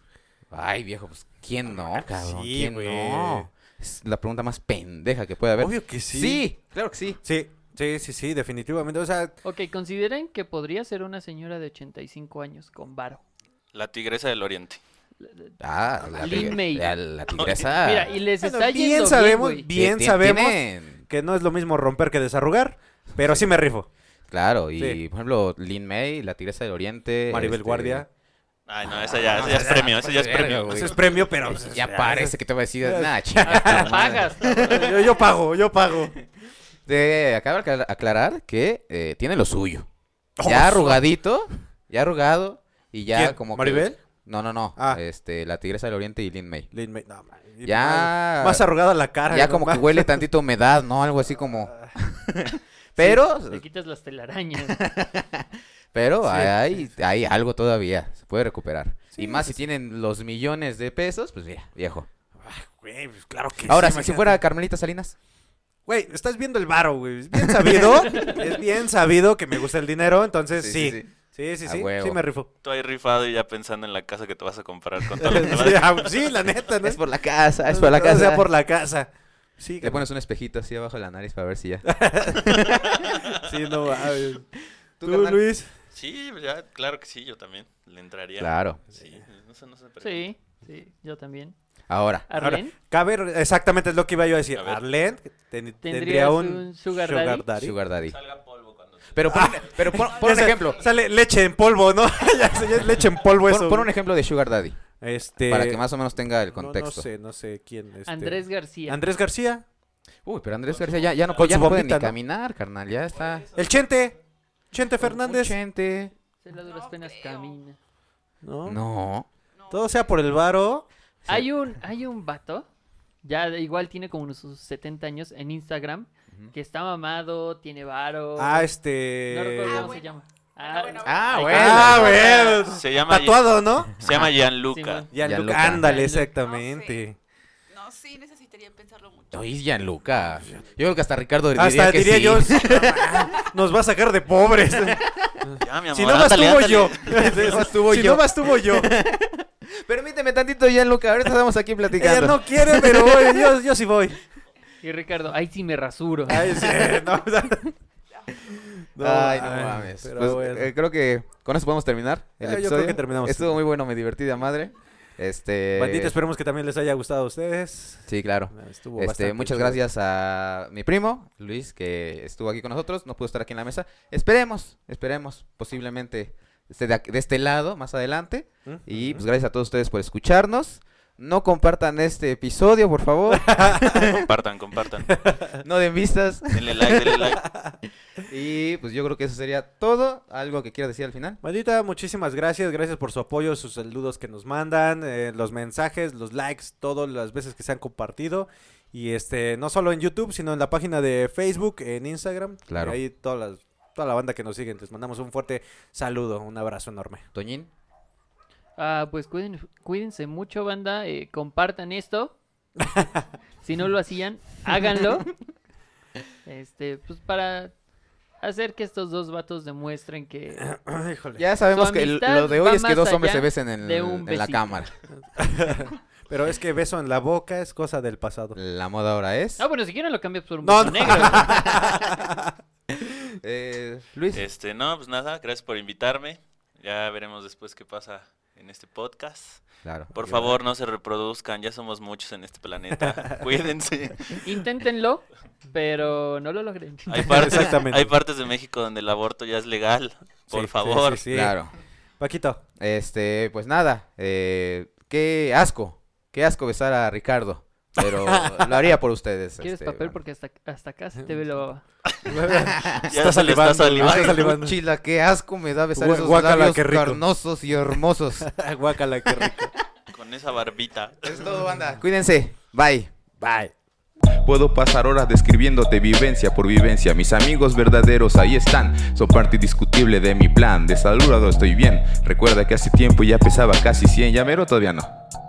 Ay, viejo, pues ¿quién no, Ah, cabrón? sí, ¿Quién güey. no? Es la pregunta más pendeja que puede haber. Obvio que sí. claro que sí. Sí, sí, sí, sí, definitivamente. O sea, ok, consideren que podría ser una señora de 85 años con varo. La tigresa del oriente. Ah, la, Lin tig- May. la, <laughs> la tigresa. Mira, y les Ah. bueno, está bien yendo sabemos, bien, güey. Ti- bien ti- sabemos tienen- que no es lo mismo romper que desarrugar, pero sí me rifo. Claro, y Sí. por ejemplo, Lin May, la tigresa del oriente. Maribel este, Guardia. Ay, no, esa ya, esa ya es premio. Esa ya es verga, premio. güey. Eso es premio, pero... pues, Ya parece que te va a decir, Ya- nah, chinga tu madre". Pagas, cabrón. <laughs> Yo, yo pago, yo pago. Te acaba de acla- aclarar que eh, tiene lo suyo. Ya arrugadito, ya arrugado y ya Oh, ¿Quién? como que- ¿Maribel? No, no, no. Ah. Este, la Tigresa del Oriente y Lin May. Lin May- no, man. Ya- Más arrugada la cara. ya Ah, no como que mames. Ah. huele tantito a humedad, ¿no? Algo así como. <laughs> pero, Te quitas las <laughs> telarañas. pero Sí, hay, hay algo todavía. Se puede recuperar. Sí, y más si pues- tienen los millones de pesos, pues mira, viejo. Ay, güey, pues claro que Ahora, sí, si- si imagínate. fuera Carmelita Salinas. Güey, estás viendo el varo, güey. Es bien <laughs> sabido. es bien sabido que me gusta el dinero, entonces Eh, sí. Sí, sí, sí. A Sí, huevo. <laughs> me rifo. Tú ahí rifado y ya pensando en la casa que te vas a comprar con todo lo que te <laughs> vas sí, ah, sí, la neta, ¿no? Es por la casa, es por la casa. O sea, por la casa. Sí, Le que- pones un espejito así abajo de la nariz para ver si ya. sí, no mames. ¿Tú, <laughs> ¿Tú, carnal? Luis? Sí, pues ya, claro que sí, yo también le entraría. Claro. Sí, no sé, no sé. pero- Sí, sí, yo también. Ahora. Ahora, Arlen, cabe, exactamente es lo que iba yo a decir. A ver. Arlene ten- ¿Tendrías tendría un, un sugar daddy? Sugar Daddy. Salga polvo cuando te- Pero pon, pero pon- pon Ah. <laughs> Ya un sé, ejemplo. Sale leche en <laughs> polvo, ¿no? ya, sé, ya es leche en polvo Pon, eso. pon un ejemplo de Sugar Daddy. güey. este, para que más o menos tenga el no- No, contexto. sé, no sé quién. este- Andrés García. Andrés García. Uy, pero Andrés García ya, ya no, Con ya su no puede ni bombita, ¿no? caminar, carnal. Ya está. El Chente. Chente Fernández. Gente. Se la duras No penas creo. camina. ¿No? No. No. Todo sea por el varo. Hay un, hay un vato, ya de- igual tiene como sus 70 años en Instagram, que está mamado, tiene varo. Ah, este. no recuerdo Ah, cómo se bueno. llama. Ah, bueno, Ah, Ay, bueno. Ah, güey. Se llama, Tatuado, ¿no? se llama Gianluca. Simón. Ya, Gianluca. ándale, Gianluca. exactamente. No, sí, necesitaría pensarlo mucho. Oís, Gianluca. Yo creo que hasta Ricardo diría Hasta que diría sí. yo, nos va a sacar de <laughs> pobres. Ya, mi amor, si no más ándale, tuvo ándale. yo. <laughs> no más tuvo si yo. no más <laughs> tuvo yo. <laughs> Permíteme tantito, Gianluca. Ahorita estamos aquí <laughs> Ella platicando. no quiere, <laughs> pero voy, yo, yo sí voy. Y Ricardo, ahí sí me rasuro. <laughs> Ay, sí, no, Ay, no mames. Pero Pues, bueno. eh, creo que con eso podemos terminar el Ah, yo creo episodio. que terminamos. Estuvo muy bueno, me divertí de madre. Este. Bandita, esperemos que también les haya gustado a ustedes. Sí, claro. Estuvo Este, bastante muchas chido. gracias a mi primo, Luis, que estuvo aquí con nosotros. No pudo estar aquí en la mesa. Esperemos, esperemos, posiblemente esté de, ac- de este lado más adelante. Ujú. Y pues gracias a todos ustedes por escucharnos. No compartan este episodio, por <laughs> favor. Compartan, compartan. No den vistas. Denle like, denle like. Y pues yo creo que eso sería todo. Algo que quiera decir al final. Maldita, muchísimas gracias, gracias por su apoyo, sus saludos que nos mandan, eh, los mensajes, los likes, todas las veces que se han compartido. Y este, no solo en YouTube, sino en la página de Facebook, en Instagram. Claro. Ahí todas las- toda la banda que nos siguen, les mandamos un fuerte saludo, un abrazo enorme. Toñín. Ah, pues cuiden- cuídense mucho, banda. eh, <laughs> compartan esto. si no lo hacían, háganlo. Este, pues para hacer que estos dos vatos demuestren que Híjole. Ya sabemos Su que el- amistad lo de va hoy es que más dos hombres allá se besen en, de un en la besito. cámara. Pero es que beso en la boca es cosa del pasado. La moda ahora es. No, ah, bueno, si quieren lo cambias por un No, beso no. negro. Eh, Luis. Este, no, pues nada, gracias por invitarme. Ya veremos después qué pasa en este podcast. Claro. Por favor, no se reproduzcan, ya somos muchos en este <laughs> planeta. Cuídense. Inténtenlo, pero no lo logren. <laughs> Hay partes, Exactamente. hay partes de México donde el aborto ya es legal. Por Sí, sí, favor. sí, sí. Claro. Paquito, <laughs> Este, pues nada. eh, qué asco. Qué asco besar a Ricardo. <laughs> Pero lo haría por ustedes. ¿Quieres este, papel? bueno. Porque hasta, hasta acá se te ve lo... Ya se le está salivando, salivando. está salivando. Chila, qué asco me da besar Gua- esos guácala, labios qué rico. carnosos y <laughs> hermosos. Guácala, qué rico. Con esa barbita. es todo, banda. Cuídense. Bye. Bye. Puedo pasar horas describiéndote vivencia por vivencia. Mis amigos verdaderos ahí están. Son parte indiscutible de mi plan. De saludado estoy bien. Recuerda que hace tiempo ya pesaba casi 100. Ya mero todavía no.